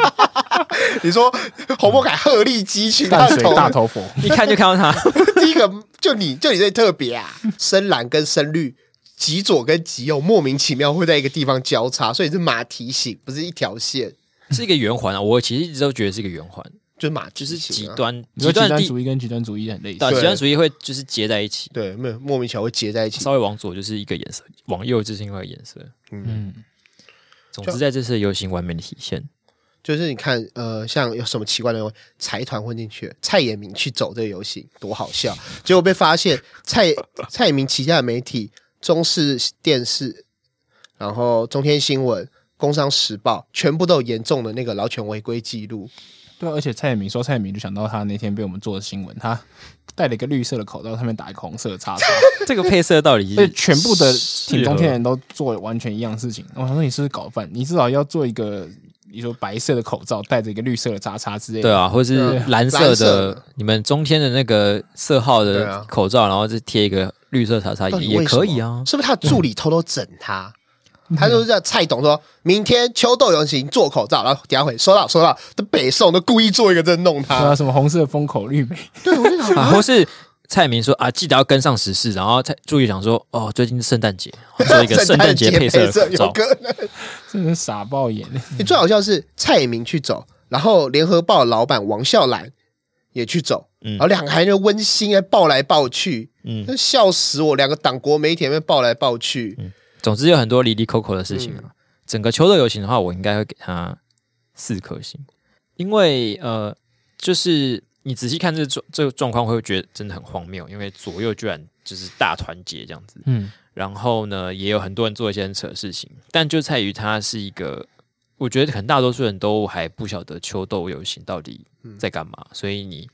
你说洪孟凯鹤立鸡群，
淡
他
水
的头
大头佛，
一看就看到他。
第一个 <laughs> 就你就你最特别啊，深蓝跟深绿，极左跟极右莫名其妙会在一个地方交叉，所以是马蹄形，不是一条线，
是一个圆环啊，我其实一直都觉得是一个圆环，
就是马蹄
就是极
形、啊。
端
你
极
说极
端的
端
地，
主义跟极端主义很类似。
对
对
极端主义会就是结在一起，
对，没有莫名其妙会结在一起。
稍微往左就是一个颜色，往右就是另外一个颜色。
嗯，
总之，在这次的游行完美的体现，
就是你看，呃，像有什么奇怪的财团混进去，蔡衍明去走这个游行，多好笑！结果被发现蔡蔡衍明旗下的媒体中视电视，然后中天新闻、工商时报，全部都有严重的那个劳权违规记录。
对啊，而且蔡衍明说蔡衍明，就想到他那天被我们做的新闻，他戴了一个绿色的口罩，上面打一个红色的 <laughs> 叉叉，
这个配色到
<laughs>
底
而且全部的挺中天
天
人都做完全一样的事情。我想说你是不是搞反？你至少要做一个，你说白色的口罩，戴着一个绿色的叉叉之类的。
对啊，或是蓝色
蓝
的，
色的
你们中天的那个色号
对
的
啊
口罩，然后再贴一个绿色叉叉
到底
也
为什么
可以啊。嗯
是不是他的助理偷偷整他？他就是叫蔡董说，明天秋豆游行做口罩，然后等下回收到收到，这北宋都故意做一个在弄
对啊，
他，
什么红色封口绿莓，
啊，或是蔡明说啊，记得要跟上时事，然后蔡注意想说，哦，最近是圣诞 <laughs> 节，啊做一个圣诞节
<laughs> 圣
配
诞节
色
配色
的
有
口罩，
可能。
<laughs> 真的是傻爆眼。
<laughs> 你最好笑的是蔡衍明去走，然后联合报老板王孝兰也去走，
嗯
然后两个还在那温馨哎抱来抱去，
嗯
那笑死我！两个党国媒体在那边抱来抱去，
总之有很多离离扣扣的事情啊。整个秋乐游行的话，我应该会给他四颗星，因为呃，就是你仔细看这状这个状况，会觉得真的很荒谬，因为左右居然就是大团结这样子。
嗯，
然后呢，也有很多人做一些很扯的事情，但就在于它是一个，我觉得很大多数人都还不晓得秋豆游行到底在干嘛，所以你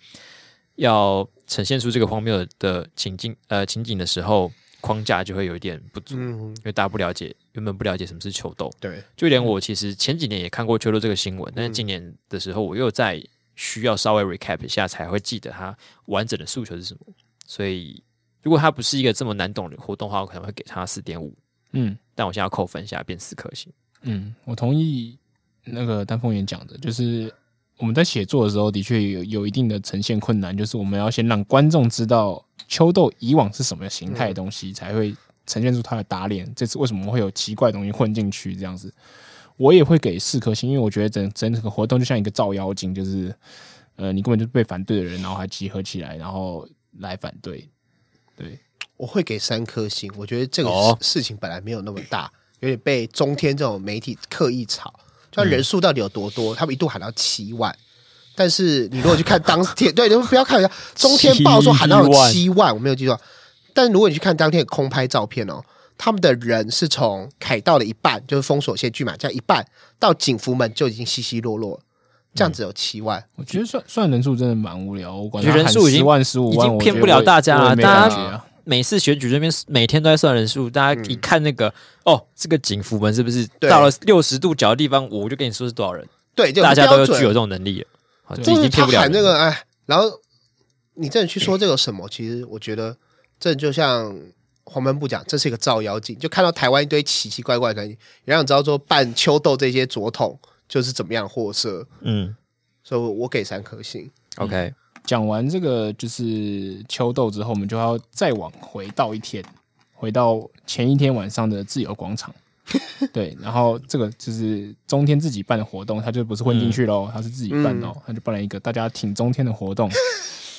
要呈现出这个荒谬的情境呃情景的时候，框架就会有一点不足。
嗯，
因为大家不了解，原本不了解什么是秋豆，
对，
就连我其实前几年也看过秋豆这个新闻，但是今
嗯
年的时候我又在需要稍微 recap 一下，才会记得它完整的诉求是什么。所以如果它不是一个这么难懂的活动的话，我可能会给它四点五，
嗯
但我现在要扣分一下，变四颗星。
嗯，我同意那个丹凤眼讲的，就是我们在写作的时候的确有有一定的呈现困难，就是我们要先让观众知道秋豆以往是什么形态的
嗯
东西，才会呈现出它的打脸。这次为什么会有奇怪的东西混进去这样子？我也会给四颗星，因为我觉得整整个活动就像一个照妖镜，就是呃，你根本就是被反对的人，然后还集合起来，然后来反对。对，
我会给三颗星。我觉得这个
哦
事事情本来没有那么大，有点被中天这种媒体刻意炒。就
嗯
它人数到底有多多？他们一度喊到七万，但是你如果去看当天， <laughs> 对，你们不要看一下中天报说喊到
七
有
万
七万，我没有记错。但如果你去看当天的空拍照片哦，他们的人是从凯道的一半，就是封锁线拒马这样一半，到景福门就已经稀稀落落，这
嗯
样子有七万。
我觉得算算人数真的蛮无聊，我管
我觉得人数已经
十万十五
已
万，
经
我
骗
觉
不
得
了
我也
大家
我也
了
没
大
感
家
觉啊
每次选举这边每天都在算人数，大家一看那个、哦，这个景福门是不是
嗯对
到了六十度角的地方，我就跟你说是多少人，
对，就有
大家都
标
有具
准
有这种能力了，好这
就
已
是
经
他
骗不了
喊
人
这
了。
个哎，然后你真的去说这个什么，其实我觉得这就像黄门部讲，这是一个照妖镜，就看到台湾一堆奇奇怪怪的东西，也让你知道说办秋豆这些左统就是怎么样货色，
嗯
所以我给三颗星。嗯
，OK，
讲完这个就是秋豆之后，我们就要再往回到一天，回到前一天晚上的自由
<laughs>
广场。对，然后这个就是中天自己办的活动，他就不是混进去
嗯
喽，他是自己办哦，他就办了一个大家挺中天的活动。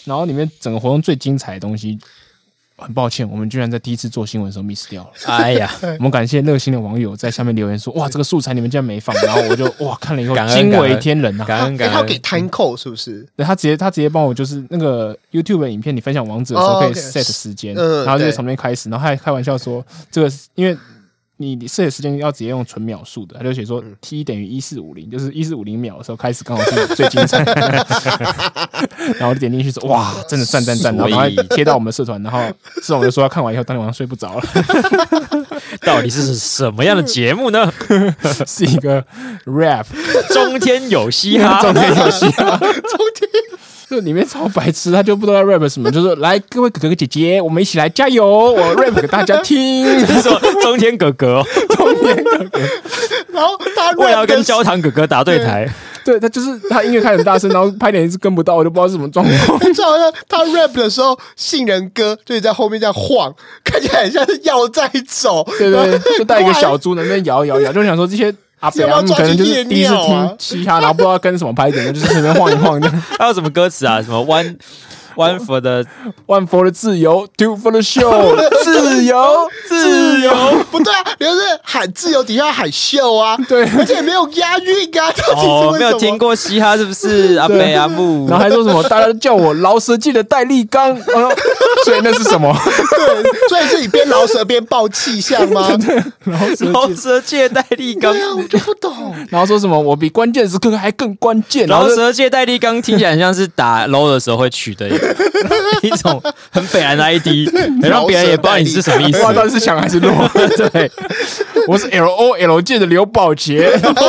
然后里面整个活动最精彩的东西，很抱歉，我们居然在第一次做新闻的时候 miss 掉了。
哎呀，
<laughs>
我们感谢热心的网友在下面留言说：“哇，这个素材你们竟然没放。”然后我就哇看了以后
感恩
惊
感
为
恩
天人啊呐、
感
他
恩
哎
感
他要
恩。
给摊扣是不是？
对他直接他直接帮我就是那个 YouTube 的影片，你分享网址的时
哦
候可以
，OK
set 时间，
嗯
然后就
对
从那边开始，然后还开玩笑说这个是因为你你 set 的时间要直接用纯秒数的，他就写
嗯
说 t 等于一四五零，就是一四五零秒的时候开始刚好是最精
<laughs>
彩的，然后我就点进去说哇，真的赞赞赞，然后
所以
赶快贴到我们的社团，然后这种就说他看完以后当天晚上睡不着了， <laughs>
到底是什么样的节目
<laughs>
呢？
是一个 rap，
中天有嘻哈，
中间
哎
有戏。
中天
<laughs> 就里面超白痴，他就不知道在 rap 什么，就说来各位哥哥姐姐，我们一起来加油， <laughs> 我 rap 给大家听。 <laughs>
是说中天哥哥哦，
然后他
为了要
rap 的
跟 <laughs> 焦糖哥哥打对台，
对他就是他音乐开很大声，然后拍点一直跟不到，我就不知道是什么状况。 <laughs>
就好像他 rap 的时候，杏仁哥就在后面这样晃，看起来很像是药在走，
对对对，就带一个小
然后
猪在那边摇摇摇，就想说这些阿伯他们可能就是第一次听嘻哈，然后不知道跟什么拍点，就就是随便晃一晃这样。
还有什么歌词啊？什么 one one for the
One for 的自由，Two for the show，自由自由。 <laughs>
不对啊，你就是喊自由底下喊秀啊，
对
而且没有押韵啊，到 <laughs> 底是
哦，没
为什
有
么
听过嘻哈是不是？阿
对
贝阿木
然后，还说什么？大家都叫我饶舌界的戴立刚，然后所以那是什么？ <laughs>
对，所以是你边饶舌边爆气象
<laughs>
吗？
饶舌界
饶舌界戴立刚
对，啊，我就不懂。
然后说什么我比关键时刻还更关键，然
饶
后就
舌界戴立刚听起来很像是打 low 的时候会取的
<laughs>
一种很北岸的 ID，很让别人也不知道你是什么意
不
思
知。道到底是强还是弱。 <laughs> 对，我是 L O L 界的刘宝杰， <laughs>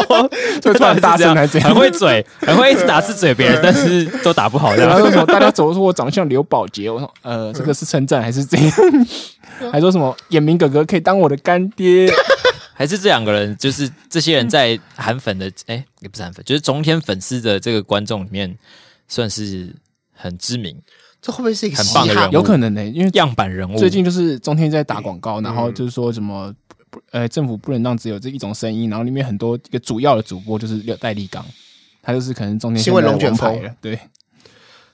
就突然
<laughs>
大声来这
很
<laughs> 样。
会嘴，很会一直打字嘴别人，但是都打不好这
然
样。
后说什么大家总说我长得像刘宝杰，我说呃这个是称赞还是 <laughs> 怎样？还说什么眼明哥哥可以当我的干爹？
还是这两个人，就是这些人在韩粉的，哎、也不是韩粉，就是中天粉丝的这个观众里面，算是很知名
这会不会是一个
很
嘻
棒的
哈
人？
<laughs> 有可能呢、因为
样板人物。
最近就是中天在打广告，然后就是说什么。不呃，政府不能让只有这一种声音，然后里面很多一个主要的主播就是戴立刚，他就是可能中天
新闻
现在的
龙卷
王牌
风
了，对，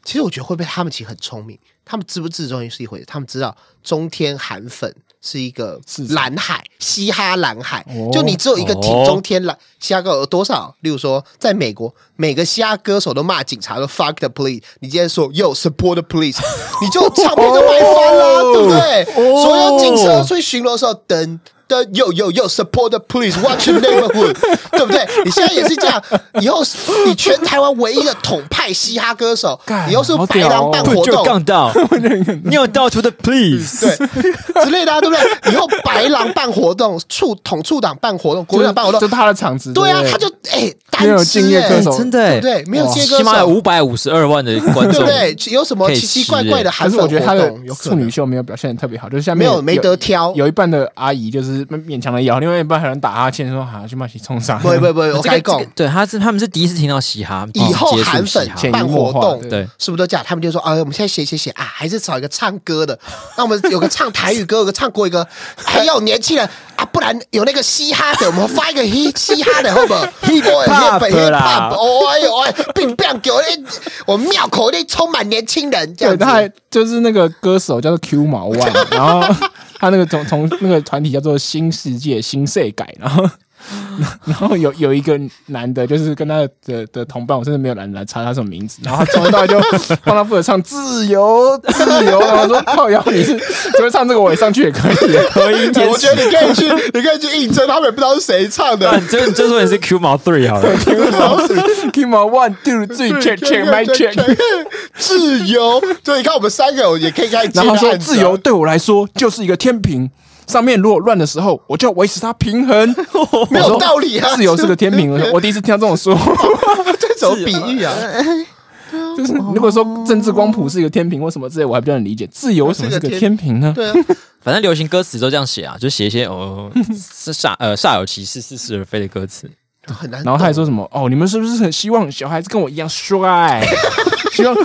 其实我觉得会不会他们其实很聪明，他们知不知中也是一回事，他们知道中天韩粉是一个
市场
蓝海，嘻哈蓝海，
哦
就你只有一个挺
哦
中天蓝、嘻哈歌手有多少？例如说，在美国，每个嘻哈歌手都骂警察说 “fuck the police”，你今天说 “yo support
<laughs>
the police”，你就唱片就卖翻了，对不对？
哦
所有警车去巡逻的时候，等。的有有有 support the police watch
<laughs>
your neighborhood，对不对？你现在也是这样，以后是你全台湾唯一的统派嘻哈歌手，
干
以后是
好
白
屌
狼
哦
办活
，Put your
动，
gun down，你有到 o 的 please，
对之类的、啊，对
<laughs>
不对？以后白狼办活动，处统促党办活动，国民党办活
就
动，
是他的场子，
对啊，
不
他就哎、
没有
单
敬
支
业
哎、
歌
哎
手
真的
对
哎
不，对？没有
哇
接歌
起码有
手，
五百五十二万的观
对
众
不，对？有什么
可以
奇奇
吃
怪怪的
可
韩
是
粉
我觉得他
活
的
动？有可
处
能
女秀没有表现的特别好，就是下面
没有没得挑
有，有一半的阿姨就是勉强的摇，另外一半还能打哈欠说：“啊好，去骂起冲上。”
不会不会
<laughs>
不会，我
这
跟
个
你讲
这个，对，他是他们是第一次听到嘻哈，第一
以
哦
次
后
接
韩
触嘻
粉
哈
潜，
办
移默
活
化
动，
对
是不是都这样？他们就说啊，我们现在写写写啊，还是找一个唱歌的， <laughs> 那我们有个唱台语歌，有个唱国
<laughs>
语歌，还有年轻人啊，不然有那个嘻哈的，我们发一个嘻嘻哈的，好
<laughs>
不好
Hip hop 啦
哦哎呦哎，并不要给我那，我庙口那充满年轻人这
对，
样子
他。还就是那个歌手叫做 Q 毛万， <laughs> 然后他那个从从那个团体叫做新世界新世改，然后 <laughs> 然后有有一个男的，就是跟他的的的同伴，我甚至没有懒得查他什么名字，然后他从头到尾
<laughs>
就帮他负责唱自由自由，然后说靠腰你是只会唱这个，我也上去也可以。
合音天
我
使
觉。得你可以去，
<laughs>
你可以去应征，他们也不知道是谁唱的
啊
那。你这这说你是 Q 毛 three 好了，
Q 毛 <laughs> Q 毛 one two three check check my check。
<laughs> 自由，对，你看我们三个也可以开始接
然后说
案子啊
自由对我来说就是一个天平，上面如果乱的时候，我就维持它平衡。
<laughs> 没有
我说
道理啊
自由是个天
<laughs>
平，我第一次听到这种说法。
<laughs>
<laughs>
这种比喻啊，
就是
哦
如果说政治光谱是一个天平或什么之类，我还比较能理解。自由为什么是个天平呢？
对啊，
反正流行歌词都这样写啊，就写一些哦是煞呃煞有其事、似是而非的歌词。
很难懂。
然后他还说什么哦，你们是不是很希望小孩子跟我一样帅？
<laughs>
希望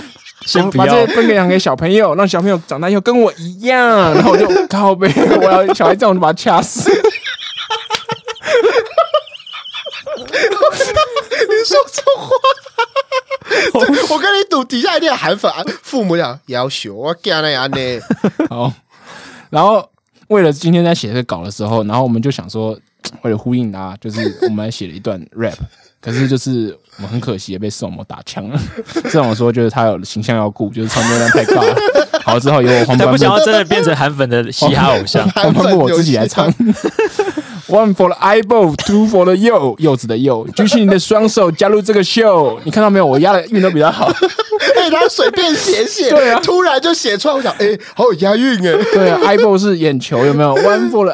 先不
把这
要
些分享给小朋友，让小朋友长大以后跟我一样。然后我就靠背，我要小孩这样我就把他掐死。
你说这话，这我跟你赌，底下一定有韩粉啊，父母俩要求我干了呀呢。 <laughs>
好， <laughs> 然后为了今天在写这个稿的时候，然后我们就想说，为了呼应啊，就是我们还写了一段 <laughs> rap，可是就是我们很可惜也被视网膜打枪了。 <laughs> 视网膜说就是他有形象要顾，就是穿流量太高了。好，之后由我黄
他
斑
不
部，
想要真的变成韩粉的嘻哈偶像
<laughs> 黄斑部我自己来唱。One for the eyeball, two for the 柚柚子的柚，举起你的双手，加入这个秀。你看到没有？我押的韵都比较好。
哎，他随便写写，
对啊
突然就写出来，我想，哎，好有押韵哎。
对啊，eyeball 是眼球，有没有？One for the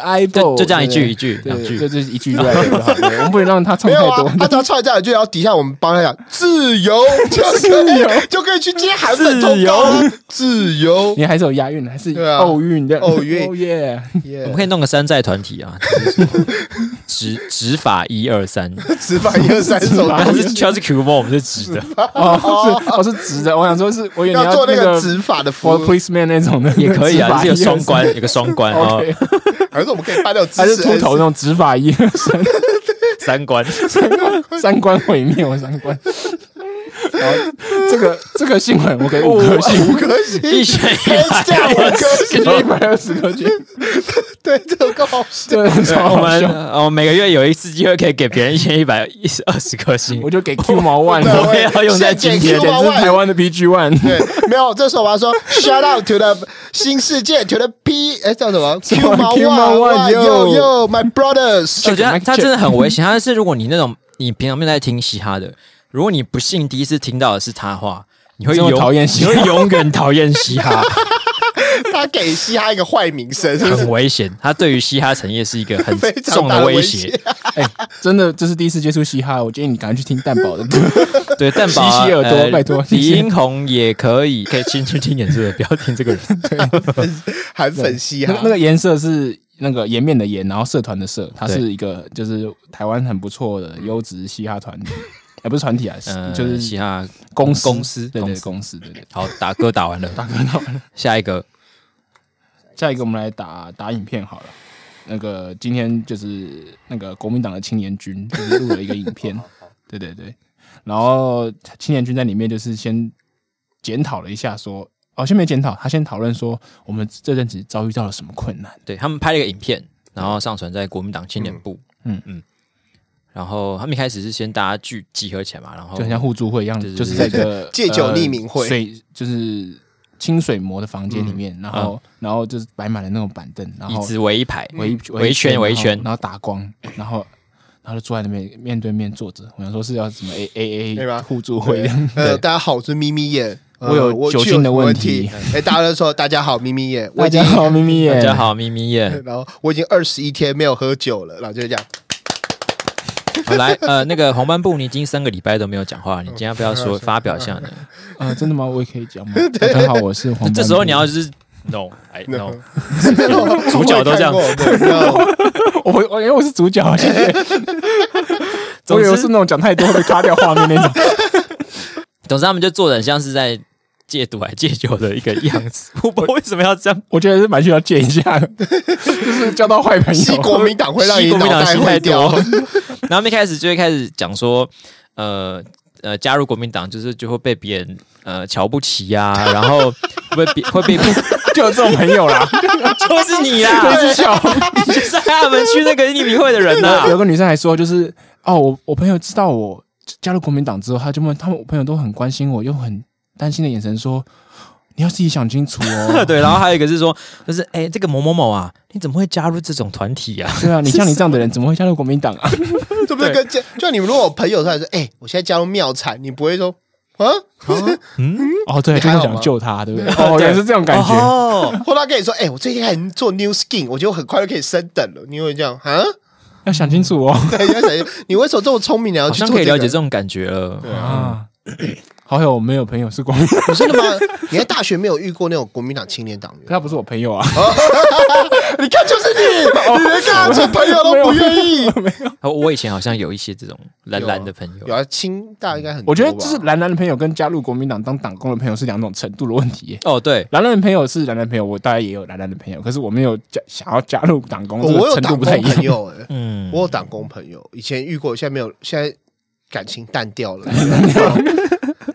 就
eyeball，
就这样一句
哦对
一句
对
两句
对，就是一
<laughs>
句 rap 就好。对我们不能让他唱
没
太
有啊
多，。
他只要唱这样一句，然后底下我们帮他讲自由，就可以 <laughs> 就可以去接韩粉通告啊，自由。
你还是有押韵的，还是
对啊
奥运的
奥
<laughs>
运
哦耶！
我
我
们可以弄个山寨团体啊，就是
<laughs>
什么指指法一二三，
只把一二三首
然后
歌
是全是 Q 毛，我们是直的，
哦，是哦是直的，我想说是，我以为你
要做那
那
个执法的服
for
务，
policeman 那种的
也可以啊，就是有
直发
双关，有个双
<laughs>
关啊，然后
OK，
还是我们可以办那种
还
知
是
识
秃头那种执法医，
三关，
三观毁灭，我三
<laughs>
观。然后这个这个新闻我给五颗星，
五颗星，
一选一
天下五颗星，
给一百二十颗星，
对，这个够好
真
笑。
的 <laughs> 超
我
好
们
笑。
呃我们每个月有一次机会可以给别人一千一百一十二十颗星
我，就给 Q 毛万
对
我
了，
也要用在今天
献给
简
Q 毛
直
万
是台湾的 PG One。
对，没有，这时候我要说 shout out to the 新世界 to the P，哎，叫什么
什
Q
么
毛
Q 毛
万
万
，Yo
哟
Yo my brothers，
我觉得
Check, mic
他
check
真的很危险。他是如果你那种你平常没有在听嘻哈的，如果你不幸第一次听到的是他的话，你会
真的
永
讨厌嘻哈
你会永远讨厌嘻哈，
他给嘻哈一个坏名声，是
<laughs>
不是
很危险。他对于嘻哈产业是一个很
<laughs> 非常
重
大的
威
威
胁
胁。
哎，真的，这是第一次接触嘻哈，我建议你赶快去听蛋
<laughs>
堡的歌。
对，蛋堡啊
洗洗耳朵
呃
拜托
李英红也可以，可以先去听演出的，不要听这
<laughs>
个人。
韩粉嘻
那
哈
个那。个颜色是那个颜面的颜，然后社团的社，它
对
是一个就是台湾很不错的优质嘻哈团体，哎，不是团体啊，是
呃，
就
嘻
是
哈
公司
公司
对
公
对
司
公司对对。
好打歌打
<laughs>
完了，打歌打完了，下一个
下一个我们来打打影片好了。那个今天就是那个国民党的青年军就
<laughs>
是录了一个影片，对对对，然后青年军在里面就是先检讨了一下说，哦，先没检讨，他先讨论说我们这阵子遭遇到了什么困难。
对他们拍了一个影片，然后上传在国民党青年部。
嗯
嗯嗯。然后他们一开始是先大家聚集合起来嘛，然后
就很像互助会一样，
哦对对
就是在
对
一个
借酒
呃
匿名会
水就是清水模的房间里面，然后然后就是摆满了那种板凳，然
嗯椅
后
子围一排，
围
嗯围一圈围一圈
然后然后打光，然后然后就坐在那边面对面坐着。我想说是要什么 A A
对
A
吧
<laughs> 互助会这样，
呃，大家好，我是咪咪眼，呃
我有酒
具
精的
有
问
问
题。
哎，大家都说大家好，咪咪眼，
<laughs>
我
大
已经，
家好，咪咪耶，
大家，
<laughs>
好，咪咪耶
然后我已经二十一天没有喝酒了，然后就
<laughs>
这样，
好来，呃，那个红斑部，你已经三个礼拜都没有讲话了，你今天要不
<laughs>
要说发表一下呢？
啊，真的吗？我也可以
<laughs>
讲吗？大家好，我是黄斑部。
这时候你要就是 no，哎 <laughs> no，
主
角都这样
<laughs> 我我因为我是主角，
<laughs>
谢谢。
总
我以
之
为是那种讲太多会被卡掉画面那种。
总之他们就做的很像是在戒赌还戒酒的一个样 <laughs> 子，我不知道为什么要这 <laughs> 样。
我觉得是蛮需要见一下的， <laughs> 就是交到坏朋
西
友。
国民党会让你
吸国
脑
民党
袋
吸
坏
太
掉
多，，
<laughs>
然后他们一开始就会开始讲说，呃呃，加入国民党就是就会被别人呃瞧不起呀、 <laughs> 然后会被会 <laughs> 被
就有这种朋友
<laughs>
啦，
就是你
就
<laughs>
一
啦，
直笑。
你就是害他们去那个匿名会的人呐、
有个女生还说，就是哦，我我朋友知道我加入国民党之后，他就问他们，我朋友都很关心我，用很担心的眼神说：“你要自己想清楚
<laughs>
哦。”
<laughs> 对，然后还有一个是说，就是哎、这个某某某啊，你怎么会加入这种团体 <laughs> 啊？
对啊，你像你这样的人怎么会加入国民党
<laughs>
啊？
对不对？跟就就你们如果有朋友突然说，哎，我现在加入妙产，你不会说啊，
哦，对，
你
就
还
是
好吗
想救他，对不
<laughs>
对？哦，也是这种感觉。
哦，
或他跟你说，哎，我最近开始做 new skin，我觉得我很快就可以升等了，你会这样啊？ <laughs>
要想清楚哦。
对，要想你为什么这么聪明，你要
好
去
像
做
可以了解这
这
种感觉了。
对
<laughs> 啊，好友没有朋友是国民党，
个？ <laughs> 真的吗？你在大学没有遇过那种国民党青年党
<laughs>
员？
<laughs> 他不是我朋友
哦
啊。
你看就是你， <laughs> 你连跟他做朋友都不愿意。
哦我以前好像有一些这种蓝蓝的朋
哦
友
有，啊，清大应该很多吧，
我觉得就是蓝蓝的朋友跟加入国民党当党工的朋友是两种程度的问题耶。
哦，对，
蓝蓝的朋友是蓝蓝朋友，我大概也有蓝蓝的朋友，可是我没有加想要加入党工，
我
这
哦我
个
有
程度
党
不太
工
一
朋
样。
友哎，
嗯，
我有党工朋友，以前遇过，现在没有，现在感情淡掉
<laughs>
了。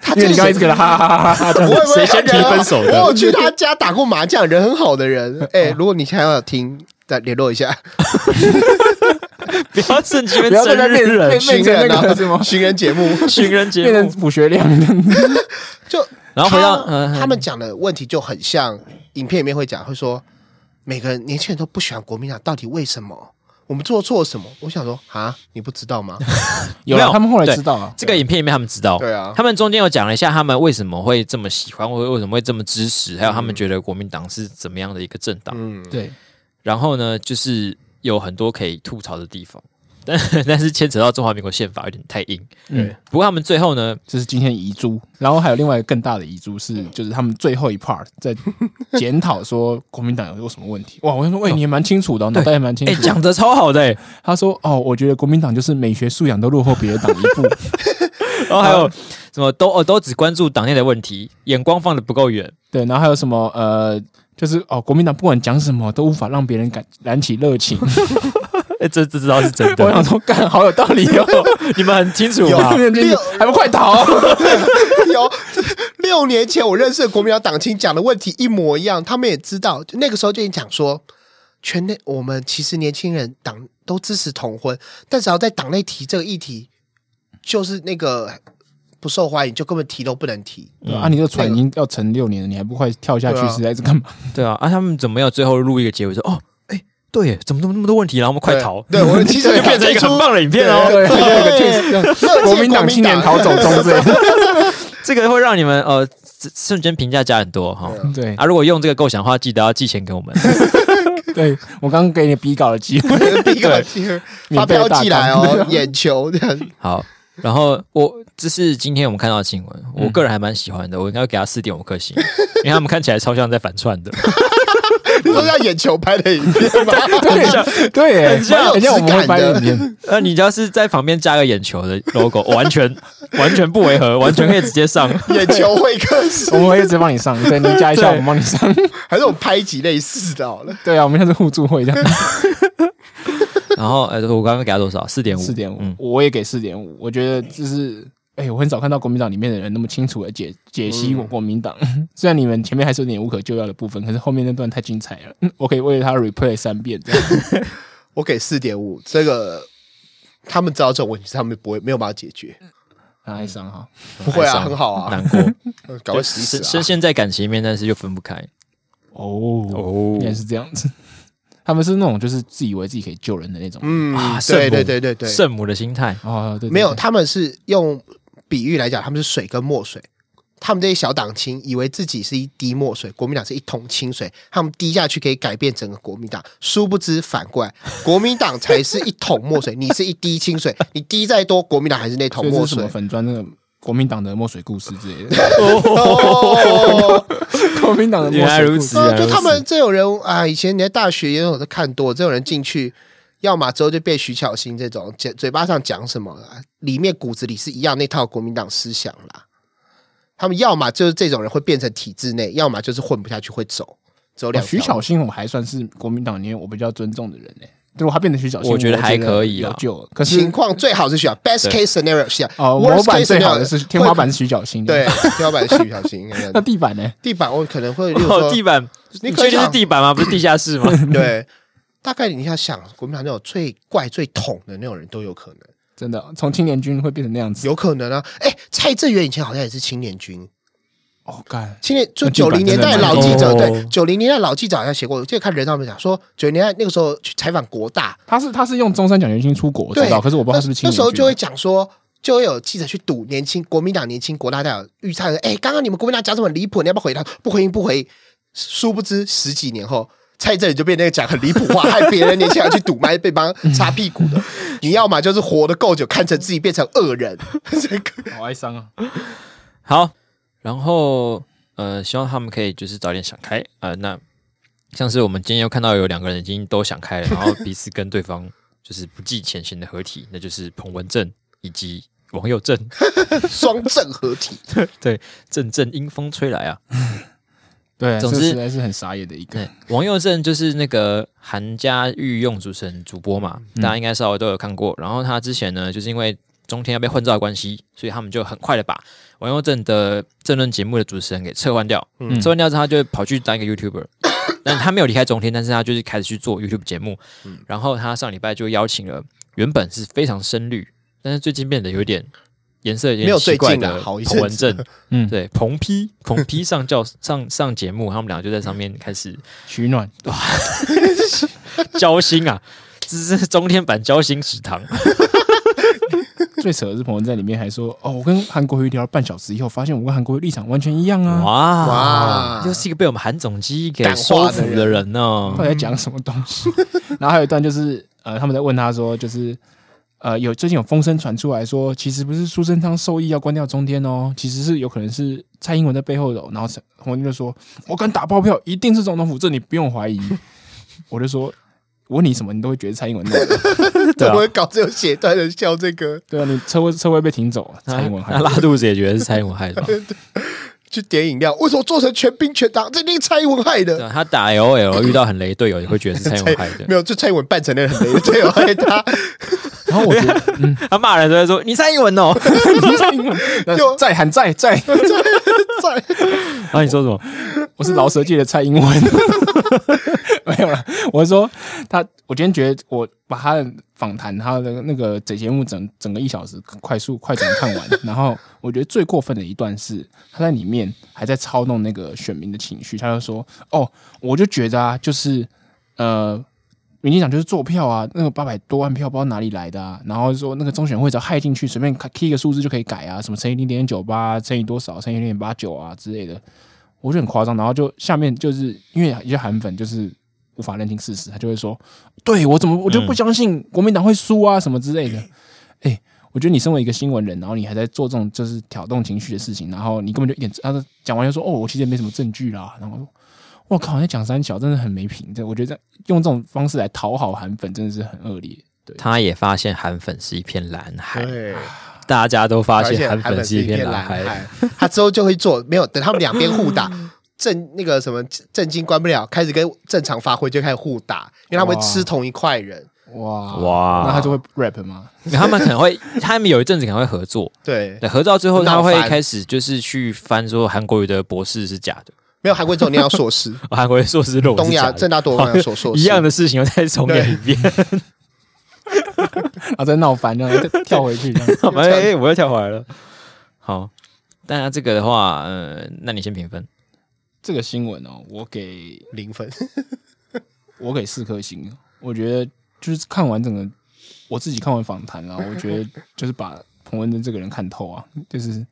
他
因为你刚刚一直
这
跟
个
他哈哈哈哈哈这
不
样
会
<laughs>
不会
谁先提分手的哦
我有去他家打过麻将，人很好
<laughs>
的人。哎，如果你想要听，再联络
<laughs>
一下。
不
<laughs>
要趁机
不要在
生
那边
日了
变变
寻
成
人
那
啊
个什么，
<laughs> 寻人
<laughs>
节目，
寻人节
变成
目，
朴学亮，
就
然后回到
他
嗯，
他们讲的问题就很像影片里面会讲，会说每个年轻人都不喜欢国民党，到底为什么？我们做错了什么？我想说啊，你不知道
<laughs>
吗？
有
没
了
有
他们后来知道啊，
这个影片里面他们知道，
对啊
他们中间有讲了一下他们为什么会这么喜欢，或者为什么会这么支持，还有他们觉得国民党是怎么样的一个政党。
嗯，
对，
然后呢，就是有很多可以吐槽的地方，但但是 <laughs> 牵扯到中华民国宪法有点太硬。
嗯，
不过他们最后呢，
这是今天的遗珠，然后还有另外一个更大的遗珠是，就是他们最后一 part 在检讨说国民党有什么问题。哇，我想说，喂，你也蛮清楚的哦，脑袋也
嗯
蛮清
哎、
楚的。
讲的超好的、
<laughs>
欸，
他说，哦，我觉得国民党就是美学素养都落后别的党一步。
然后还有什么都哦都只关注党内的问题，眼光放的不够远。
对，然后还有什么呃，就是哦，国民党不管讲什么都无法让别人感燃起热情。
哎、这这知道是真
我想
的，
说，干好有道理哦，
你们很清楚
有
吧？
六
还不快逃？
<laughs> 有六年前我认识的国民党党青讲的问题一模一样，他们也知道，那个时候就已经讲说，全内我们其实年轻人党都支持同婚，但只要在党内提这个议题，就是那个不受欢迎，就根本提都不能提。
啊，你这个船已经要沉六年了，你还不快跳下去
对啊，
是在这干嘛？
对啊，啊，他们怎么没有最后录一个结尾说哦，哎、对耶，怎么那么那么多问题，然后我们快逃，
对，
<laughs>
我们其实
这就变成一个很棒的影片哦。
对，
对
国民党青年逃走中队。
这个会让你们呃瞬瞬间评价加很多哈。
对
啊，如果用这个构想的话，记得要寄钱给我们。
对，我刚刚给你比稿的机会，
<laughs> 第一个发票寄来哦，眼球这样。
好，然后我这是今天我们看到的新闻，我个人还蛮喜欢的，我应该会给他四点五颗星，因为他们看起来超像在反串的，
你说像眼球拍的影片吗？
对对，
很像
很像我们
有
会
质
拍
感
的
的
影片，
呃，你只要是在旁边加个眼球的 logo，完全完全不违和，完全可以直接上。
眼球会客室
我，们会一直帮你上，对你加一下，
对
我们帮你上。
<laughs> 还是我们拍一集类似的好了。
对啊，我们现在是互助会这样，
然后呃，我刚刚给他多少？四点五，
四点五
嗯，
我也给四点五，我觉得这是哎、我很少看到国民党里面的人那么清楚的解解析我国民党。虽然你们前面还是有点无可救药的部分，可是后面那段太精彩了，嗯我可以为了他 replay 三遍这样。
我给四点五，这个他们知道这种问题，他们不会没有办法解决，
很哀伤哈，
不会
哀
啊，
伤
很好啊
难，
<laughs>
过，
赶快死一
深
死
深
啊！
陷在感情里面，但是又分不开。
哦，
哦
原来是这样子。 <laughs> 他们是那种就是自以为自己可以救人的那种。
嗯
啊，
对
圣母
对对对对，
圣母的心态，
哦，对，对
没有，
对
他们是用比喻来讲，他们是水跟墨水。他们这些小党青以为自己是一滴墨水，国民党是一桶清水，他们滴下去可以改变整个国民党。殊不知反过来，国民党才是一桶墨水，你是一滴清水，你滴再多，国民党还是那
所
桶
以这
墨
是什
水
么。粉砖那个国民党的墨水故事之
<laughs>
类的，
哦，
国民党的墨
原来
水
如
故
此
事。
原来
啊就
如
他
此
们这种人啊，以前你在大学也有的看多，这种人进去，要么之后就变徐巧芯这种，嘴嘴巴上讲什么，里面骨子里是一样那套国民党思想啦。他们要么就是这种人会变成体制内，要么就是混不下去会走，走
哦
两条路、
徐小新，我还算是国民党里面我比较尊重的人呢、如果他变成徐小新，
我
我
觉得还可以啊
有救。可是
情况最好是徐巧，best case scenario 是
哦，模
worst
板
case
最好
scenario
的是天花板
会，
是徐小新，
对，，天花板是徐巧
<laughs>
芯，应该这样
<laughs> 那
讲
地板呢？
地板我可能会，例如说
哦，地板，
你
你
可
确
以
定是
想
地板吗？不是地下室吗？ <laughs>
对，大概你要想国民党那种最怪、最统的那种人都有可能。
真的，从青年军会变成那样子。
有可能啊。哎、蔡正元以前好像也是青年军，
哦，干，
青年就
那地
九
板
零年
真
代
的
老
蛮
记者，
多的
对，九零年代老记者好像写过，我记得看人他们讲说，九零年代那个时候去采访国大，
他是他是用中山奖学金出国，我
对
知道，可是我不知道他是不是青
那
年军。啊
时候就会讲说。就会有记者去赌年轻国民党年轻国大代表预测，哎，刚刚你们国民党讲什么很离谱？你要不要回他？不回应，不回应。殊不知十几年后，蔡正元就变那个讲很离谱话，害别人年轻人去赌麦被帮擦屁股的。你要么就是活得够久，看成自己变成恶人，这个
好哀伤啊。
好，然后呃，希望他们可以就是早点想开呃，那像是我们今天又看到有两个人已经都想开了，然后彼此跟对方就是不计前嫌的合体，那就是彭文正以及王佑正， <laughs>
双正合体。
对，阵阵阴风吹来啊。
对，
总
这
之
实在是很傻眼的一个
对。，王佑正就是那个韩家御用主持人主播嘛，
嗯
大家应该稍微都有看过。然后他之前呢，就是因为中天要被换照的关系，所以他们就很快的把王佑正的政论节目的主持人给撤换掉。
嗯
撤换掉之后，他就跑去当一个
<coughs>
YouTuber。但他没有离开中天，但是他就是开始去做 YouTube 节目。
嗯
然后他上礼拜就邀请了原本是非常深绿，但是最近变得有点颜色有
没
点
有
奇怪
最近啊
的
好一
彭文
阵
正
子，
嗯，
对彭批彭批上教 <laughs> 上上节目，他们俩就在上面开始。
取暖。
交心啊，这是中天版交心食堂。
最扯的是，彭文在里面还说：“哦，我跟韩国瑜聊了半小时以后，发现我跟韩国瑜立场完全一样啊。
哇
哇
又是一个被我们韩总机给
感
收
化
服
的人
的人呢、”哦
到底在讲什么东西？ <laughs> 然后还有一段就是，呃，他们在问他说，就是呃，有最近有风声传出来说，其实不是苏贞昌授意要关掉中天哦，其实是有可能是蔡英文在背后揉。然后洪文就说：“我敢打包票，一定是总统府，这你不用怀疑。” <laughs> 我就说：“我问你什么，你都会觉得蔡英文弄的。” <laughs>
对
怎
啊
么会搞这种写段的笑这个？
对啊，你车位车位被停走，蔡英文还
那拉肚子也觉得是蔡英文
<laughs>
害的吧。
去点饮料，为什么做成全兵全党？这一定蔡英文害
对
的。
啊，他打 L O L 遇到很雷队友，也会觉得是蔡英
<laughs>
文害的。
没有，就蔡英文扮成那个很雷的队友害他，
然后我觉得， <laughs> 嗯，
他骂人都会说你蔡英文
<laughs>
哦。
蔡英文
就
在喊在在，<laughs>
蔡
然
啊
后你说什么？
我是饶舌界的蔡英文， <laughs> 没有了。我是说他，我今天觉得我把他的访谈，他的那个整节目整整个一小时快速快转看完， <laughs> 然后我觉得最过分的一段是他在里面还在操弄那个选民的情绪，他就说：“哦，我就觉得啊，就是呃。”民进党就是做票啊，那个八百多万票不知道哪里来的啊，然后说那个中选会只要害进去，随便 key 一个数字就可以改啊，什么乘以零点九八乘以多少乘以零点八九啊之类的，我觉得很夸张。然后就下面就是因为有些韩粉就是无法认清事实，他就会说：“对我怎么我就不相信国民党会输啊什么之类的。哎，我觉得你身为一个新闻人，然后你还在做这种就是挑动情绪的事情，然后你根本就一点……他说讲完就说：“哦，我其实也没什么证据啦。”然后我说：“我靠，你在讲三小真的很没品。”这我觉得这样用这种方式来讨好韩粉真的是很恶劣。对，
他也发现韩粉是一片蓝海，
对，
大家都发
而
现
且
韩
韩
粉
粉
是
是一
一片
片
蓝
蓝
海。
海，他之后就会做，没有等他们两边互打。正那个什么正经关不了，开始跟正常发挥就开始互打，因为他们会
哇
吃同一块人，
哇
哇
那他就会 rap 吗？
他们可能会，他们有一阵子可能会合
<laughs>
作，
对，
对，合照之后他
闹
会
翻
开始就是去翻说韩国语的博士是假的，
没有韩国这种念到硕
<laughs>
士，
哦韩国的硕士论文
东
是假
亚
的
正大多文所硕
<laughs>
士
一样的事情又再重演一遍，
然后再闹翻，然后再跳回去这样。
哎、哎我又跳回来了。好，大家这个的话，呃，那你先评分，
这个新闻哦，我给
零分， <laughs>
我给四颗星，我觉得就是看完整个，我自己看完访谈啊，我觉得就是把彭文珍这个人看透啊，就是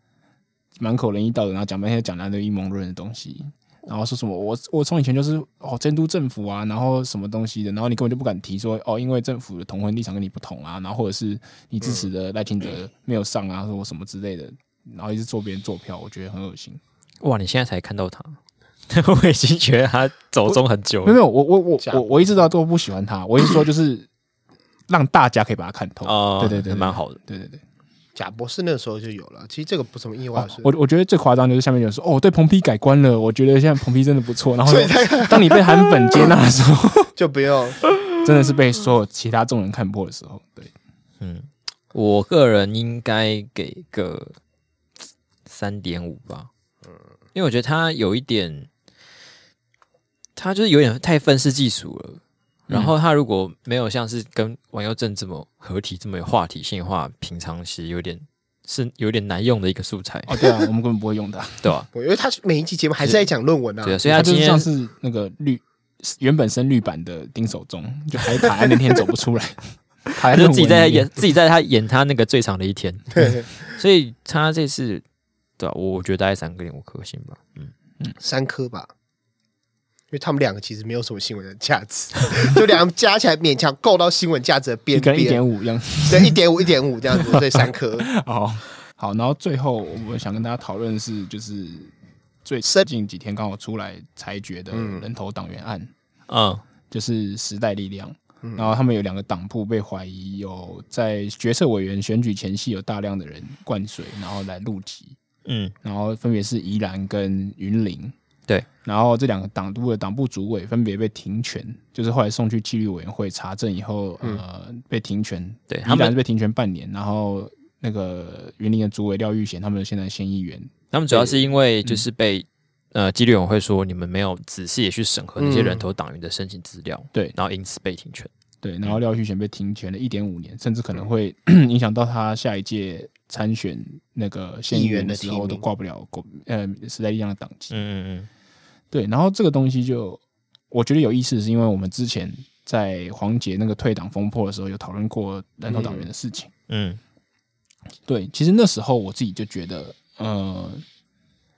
满口仁义道德，然后讲半天讲那堆阴谋论的东西，然后说什么我我从以前就是哦监督政府啊，然后什么东西的，然后你根本就不敢提说哦，因为政府的同婚立场跟你不同啊，然后或者是你支持的赖清德没有上啊，或什么之类的，然后一直做别人做票，我觉得很恶心。
哇，你现在才看到他，我已经觉得他走中很久
没
了
有没有，我我我
假
我我一直都都不喜欢他，我一直说就是
<coughs>
让大家可以把他看透。
哦，
对对对，对
蛮好的。
对对对，
贾博士那时候就有了。其实这个不什么意外
哦
的事，
我我觉得最夸张就是下面有人说，哦，我对彭批改观了，我觉得现在彭批真的不错。然后
所以
呢
他
当你被韩粉接纳的时候，
就不用
真的是被所有其他众人看破的时候，对，
我个人应该给个三点五吧，
嗯
因为我觉得他有一点，他就是有点太愤世嫉俗了。然后他如果没有像是跟王佑正这么合体、这么有话题性的话，平常其实有点是有点难用的一个素材，
哦对啊，我们根本不会用的啊、
对吧、
我，因为他每一期节目还是在讲论文
<laughs>
啊，
对啊，所以他
就
今
是
天
像是那个绿原本深绿版的丁守中，就还卡在那天走不
<laughs>
出来，
他
卡在
就
论
自己
文
在
里面
演，自己在他演他那个最长的一天，
对，
所以他这次对吧、我我觉得大概三个点五颗星吧。
<laughs> 三颗吧。因为他们两个其实没有什么新闻的价值， <laughs> 就两个加起来勉强够到新闻价值的边
一个人一
边
点，五样。
对，一点五，一点五这样子，对，
<laughs>
三颗。
哦，好，然后最后我们想跟大家讨论的是，就是最
深
近几天刚好出来裁决的人头党员案，
嗯，
就是时代力量，然后他们有两个党部被怀疑有在决策委员选举前夕有大量的人灌水，然后来入籍，
嗯，
然后分别是宜兰跟云林。
对，
然后这两个党部的党部主委分别被停权，就是后来送去纪律委员会查证以后，
嗯
呃，被停权。
对他
宜
们
兰是被停权半年，然后那个云林的主委廖玉贤他们现在县议员，
他们主要是因为就是被、呃纪律委员会说你们没有仔细的去审核那些
嗯
人头党员的申请资料，
对
然后因此被停权。
对，
嗯
然后廖玉贤被停权了一点五年，甚至可能会 <clears throat> 影响到他下一届参选那个县议员的时
议员
候
的提名
都挂不了国呃时代力量的党籍。
嗯嗯
对，然后这个东西就我觉得有意思，是因为我们之前在黄杰那个退党风波的时候，有讨论过人头党员的事情。
嗯
对，其实那时候我自己就觉得，呃，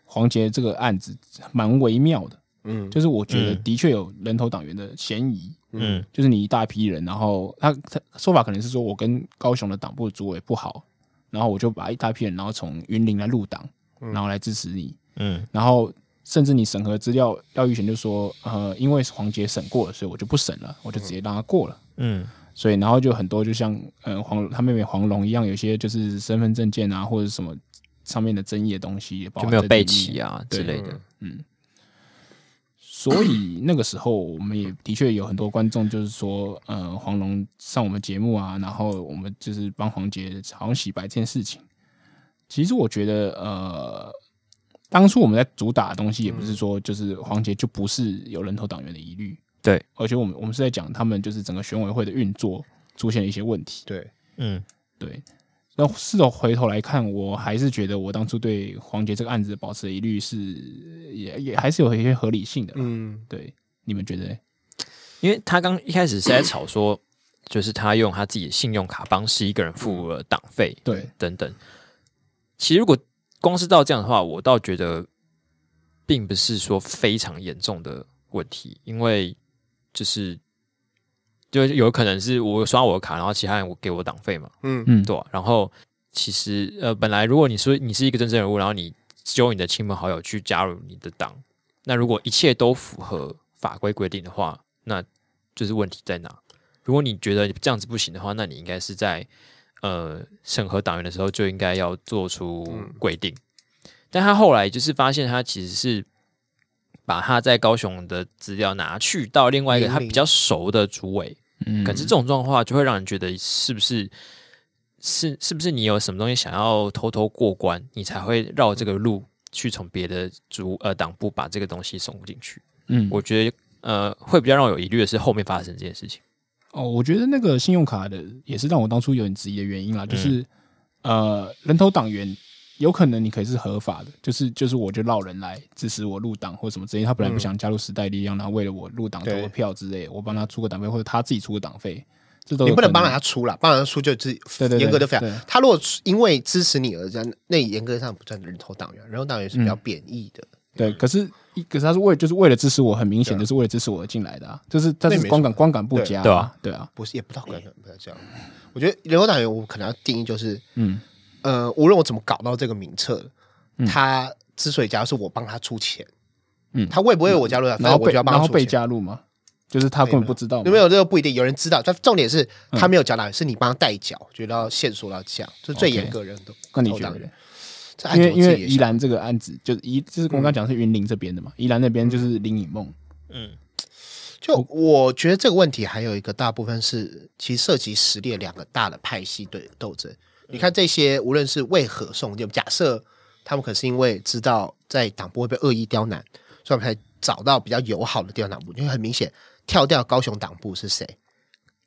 黄杰这个案子蛮微妙的，
嗯，
就是我觉得
嗯
的确有人头党员的嫌疑。
嗯
就是你一大批人，然后他他说法可能是说我跟高雄的党部主委不好，然后我就把一大批人，然后从云林来入党，然后来支持你，
嗯
然后甚至你审核资料，廖玉贤就说，呃，因为黄杰审过了，所以我就不审了，我就直接让他过了。
嗯
所以，然后就很多就像呃黄他妹妹黄龙一样，有些就是身份证件啊或者什么上面的争议的东西，
嗯，就没有备齐
啊。
啊
对
之类的。
所以那个时候，我们也的确有很多观众就是说，呃，黄龙上我们节目啊，然后我们就是帮黄杰好像洗白这件事情。其实我觉得，呃，当初我们在主打的东西，也不是说就是黄杰就不是有人头党员的疑虑，
对，
而且我们我们是在讲他们就是整个选委会的运作出现了一些问题。
对，
嗯
对，那事后回头来看，我还是觉得我当初对黄杰这个案子保持的疑虑是也也还是有一些合理性的啦。
嗯，
对，你们觉得嘞？
因为他刚一开始是在吵说，就是他用他自己的信用卡帮十一个人付了党费
对，
等等。其实如果光是到这样的话，我倒觉得并不是说非常严重的问题，因为就是就有可能是我刷我的卡，然后其他人我给我党费嘛，
嗯
嗯，
对啊、然后其实呃，本来如果你说你是一个真正人物，然后你揪你的亲朋好友去加入你的党，那如果一切都符合法规规定的话，那就是问题在哪？如果你觉得这样子不行的话，那你应该是在呃审核党员的时候就应该要做出规定。但他后来就是发现，他其实是把他在高雄的资料拿去到另外一个
云
他
林
比较熟的主委，
嗯
可是这种状况就会让人觉得是不是是是不是你有什么东西想要偷偷过关，你才会绕这个路去从别的组呃党部把这个东西送进去？
嗯，
我觉得呃会比较让我有疑虑的是后面发生这件事情。
哦，我觉得那个信用卡的也是让我当初有点质疑的原因啦，
嗯
就是、呃，人头党员有可能你可以是合法的，就是就是我就绕人来支持我入党或什么之类，他本来不想加入时代力量，然后为了我入党投
对
个票之类，我帮他出个党费或者他自己出个党费，这都
你
有
不能
可
帮他出了，帮他出就自
对对对
严格的非
对
常。他如果因为支持你而战，那严格上不算人头党员，人头党员是
嗯
比较贬义的。
对，可是可是他是为就是为了支持我，很明显就是为了支持我而进来的、啊，就是他
嗯那
是
没
观
什
感观感不佳、
对啊，
对啊，
不是，也不到官员不要这样。我觉得人口党员，我可能要定义就是，
嗯
呃，无论我怎么搞到这个名册，他之所以加入，是我帮他出钱，
嗯
他为不为我加入的，
然
反
后
正我
被
就要帮
然
他
后
出
被
钱。
加入嘛，就是他根本不知道嘛，
有没有这个不一定，有人知道，但重点是
嗯
他没有缴纳，是你帮他代缴，觉得要线索要这样，就是最
OK
严格的人都。
那你
头
觉
党
得
员？？这案
因为
子我
因
自
为
己也嗯
宜
想
兰这个案子，就是宜，就是我刚刚讲是云林这边的嘛，宜兰那边就是林以梦，
嗯，
就我觉得这个问题还有一个大部分是，其实涉及实力两个大的派系对斗争。你看这些，无论是为何送就假设他们可是因为知道在党部会被恶意刁难，所以他们才找到比较友好的地方党部。因为很明显，跳掉高雄党部是谁？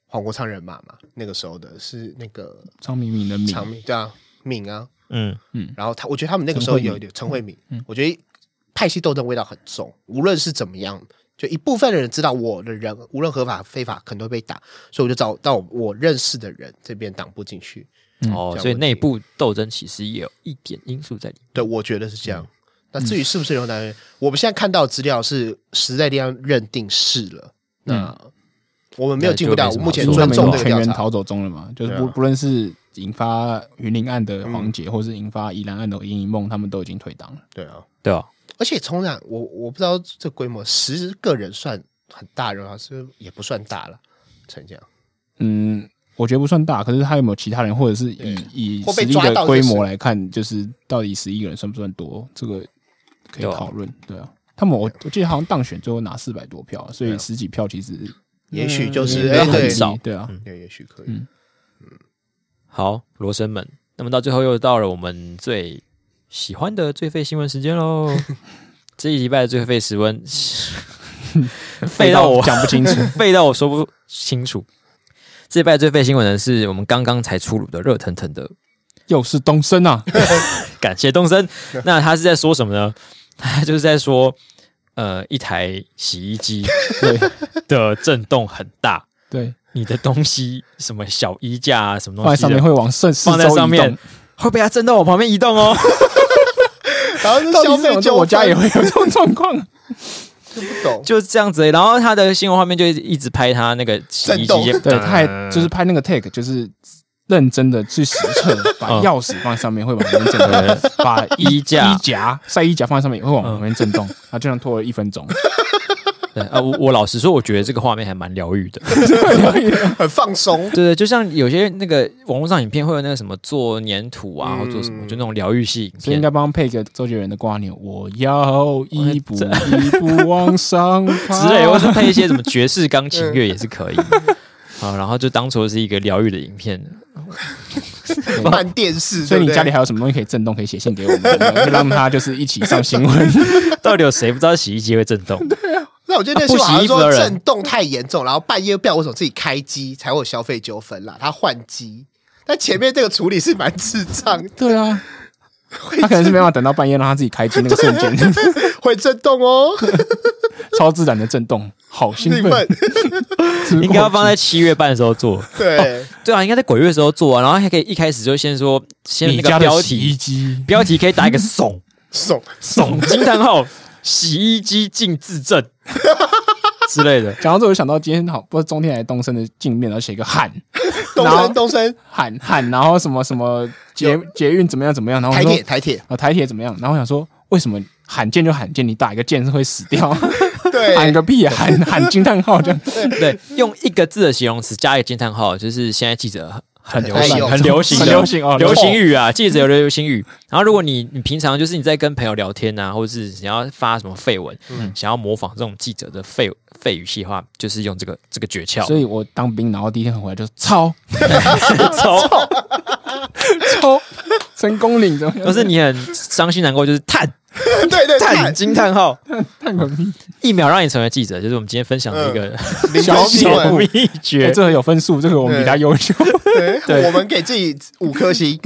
黄国昌人马嘛，那个时候的是那个
张明敏的敏，
长命对啊，敏啊，
嗯，
然后他，我觉得他们那个时候有一点陈慧敏，我觉得派系斗争味道很重，无论是怎么样，就一部分的人知道我的人，无论合法非法，可能都会被打，所以我就找到我认识的人这边挡不进去。
哦
嗯这，样
所以
我
内
觉得
部斗争其实也有一点因素在里面。
对，我觉得是这
嗯
样。那至于是不是有男人，我们现在看到的资料是时代力量认定是了，那
嗯
我们没有进步到
那就没什么好
目前
说
他
尊
们
重
已经
这个
全
调
员
查。
逃走中了嘛，就是不
对啊嗯
不论是引发云林案的黄杰，或是引发宜兰案的林以梦，他们都已经退党了。
对啊，
对啊，
而且从然我我不知道这规模十个人算很大人啊，是不是也不算大了，成这样。
嗯，我觉得不算大，可是他有没有其他人，或者是以以
啊或
实
被
力
抓
的
到
规
就
模
是
来看，就是到底十一个人算不算多，这个可以
对啊
讨论。对啊，他们我我记得好像当选最后拿四百多票，所以
对啊
十几票其实
也许就
嗯
是哎，
那
对
很少
对啊，
对，也许可以。
嗯
好，罗生门。那么到最后又到了我们最喜欢的最废新闻时间 <laughs> 喽。这一礼拜的最废时 <laughs> 温，废到我
讲不清楚。
废到我说不清楚。这一拜最废新闻呢，是我们刚刚才出炉的热腾腾的
又是东升
<laughs>
啊！
感谢东
<laughs>
升。那他是在说什么呢？他就是在说，呃，一台洗衣机
对
的震动很
<laughs>
大，
对，
你的东西什么小衣架啊，什么
放
东
在
西的
上面会往顺四
放在
周
上
移动
面。会被它震到我旁边移动
<laughs>
哦。
然后就
到底
消
是
费
我在
纠
我家
纷
也会有这种
<laughs>
状况。
不懂，
就是这样子而已、然后他的新闻画面就一直拍他那个洗衣 <laughs>
震
机，
动
对，他也就是拍那个 take，就是认真的去实测，把
嗯
钥匙放在上面会往旁边
<laughs>
震动，把衣
衣架
衣夹晒衣夹放在上面也会往旁边
<laughs>
震动，啊，这样拖了一分钟。
对啊，我我老实说，我觉得这个画面还蛮疗愈的。
很
<laughs>
放松。
<laughs> 对对，就像有些那个网络上影片会有那个什么做粘土啊，或做什么，就那种疗愈系影
嗯所以应
片。
该帮他配一个周杰伦的瓜牛，我要一步一步往上爬
<laughs> 之类，或是配一些什么爵士钢
<laughs>
琴乐也是可以。好，然后就当做是一个疗愈的影片。
办电视，
所以你
对不对
家里还有什么东西可以震动，可以写信给我们，
<laughs>
可以让他就是一起上新闻。
到底有谁不知道洗衣机会震
<laughs>
动？
那我觉得那时候好
不洗
像
衣服的
说
人
震动太严重，然后半夜不知道为什么自己开机才会有消费纠纷啦，他换机。但前面这个处理是蛮智障的，
对啊， <laughs> 他可能是没办法等到半夜让他自己开机那
<laughs>
个
啊
瞬间， <laughs>
会震动哦，
超自然的震动，好兴
<laughs> 兴
奋
奋。。
应该要放在七月半的时候做。
哦
对，
对啊，应该在鬼月的时候做啊。然后还可以一开始就先说，先
你
那
家
个
的
标
洗衣
题，
机，
标题可以打一个怂。
送
耸惊叹号，洗衣机进自
<laughs>
证之类的。
讲到这，我就想到今天好，不是中天还是东升的镜面，然后写一个
<laughs>
喊
东
然后
升东升，
喊喊，然后什么什么捷捷运怎么样怎么样，然后我
台
说
铁台铁，
啊台铁怎么样，然后我想说为什么喊键就喊键，你打一个键是会死掉，
<laughs> 对
喊个
<laughs>
屁，喊喊惊叹号这样，
<laughs> 对，用一个字的形容词加一个惊叹号，就是现在记者
很
流
流
行
行，很流行，
很
很
流
流行哦，
流行语啊，记者有流行语。然后，如果你你平常就是你在跟朋友聊天啊，或者是想要发什么绯闻，
嗯
想要模仿这种记者的废废语系的话，就是用这个这个诀窍。
所以我当兵，然后第一天回来就操
<laughs> 操，
操，成功领怎么样？
要是你很伤心难过，就是叹
对对
叹
对，
惊叹号，
看个屁！
一秒让你成为记者，就是我们今天分享的一个
林
小
根新
小
闻
步，
秘
嗯哎
诀。
这个有分数，这个我们比他优秀。
对，我们给自己五颗星，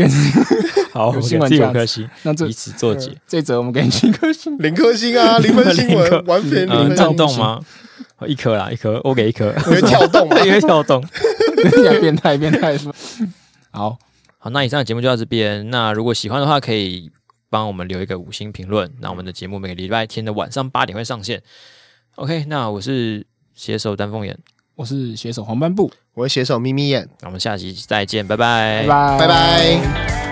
好，我
有
给
新
自
闻
己
价
五
值
颗星，
<laughs> 那这
以此作结。
这则我们给你 <laughs> 一颗星，
零颗
<laughs>
星啊，零分新
零颗
闻，完全零
嗯，
分
跳
新
动吗？哦一颗啦，一颗，我给一颗，
闻，你
<laughs>
会跳
<laughs>
动吗？
因为跳动。
你还变态变态是吧？ <laughs> 好，
好，那以上的节目就到这边。那如果喜欢的话，可以帮我们留一个五星评论。那我们的节目每个礼拜天的晚上八点会上线。OK，那我是携手丹凤眼，
我是写手黄斑布，
我会写手眯眯眼，
那我们下期再见，拜拜，
哎拜拜
拜拜。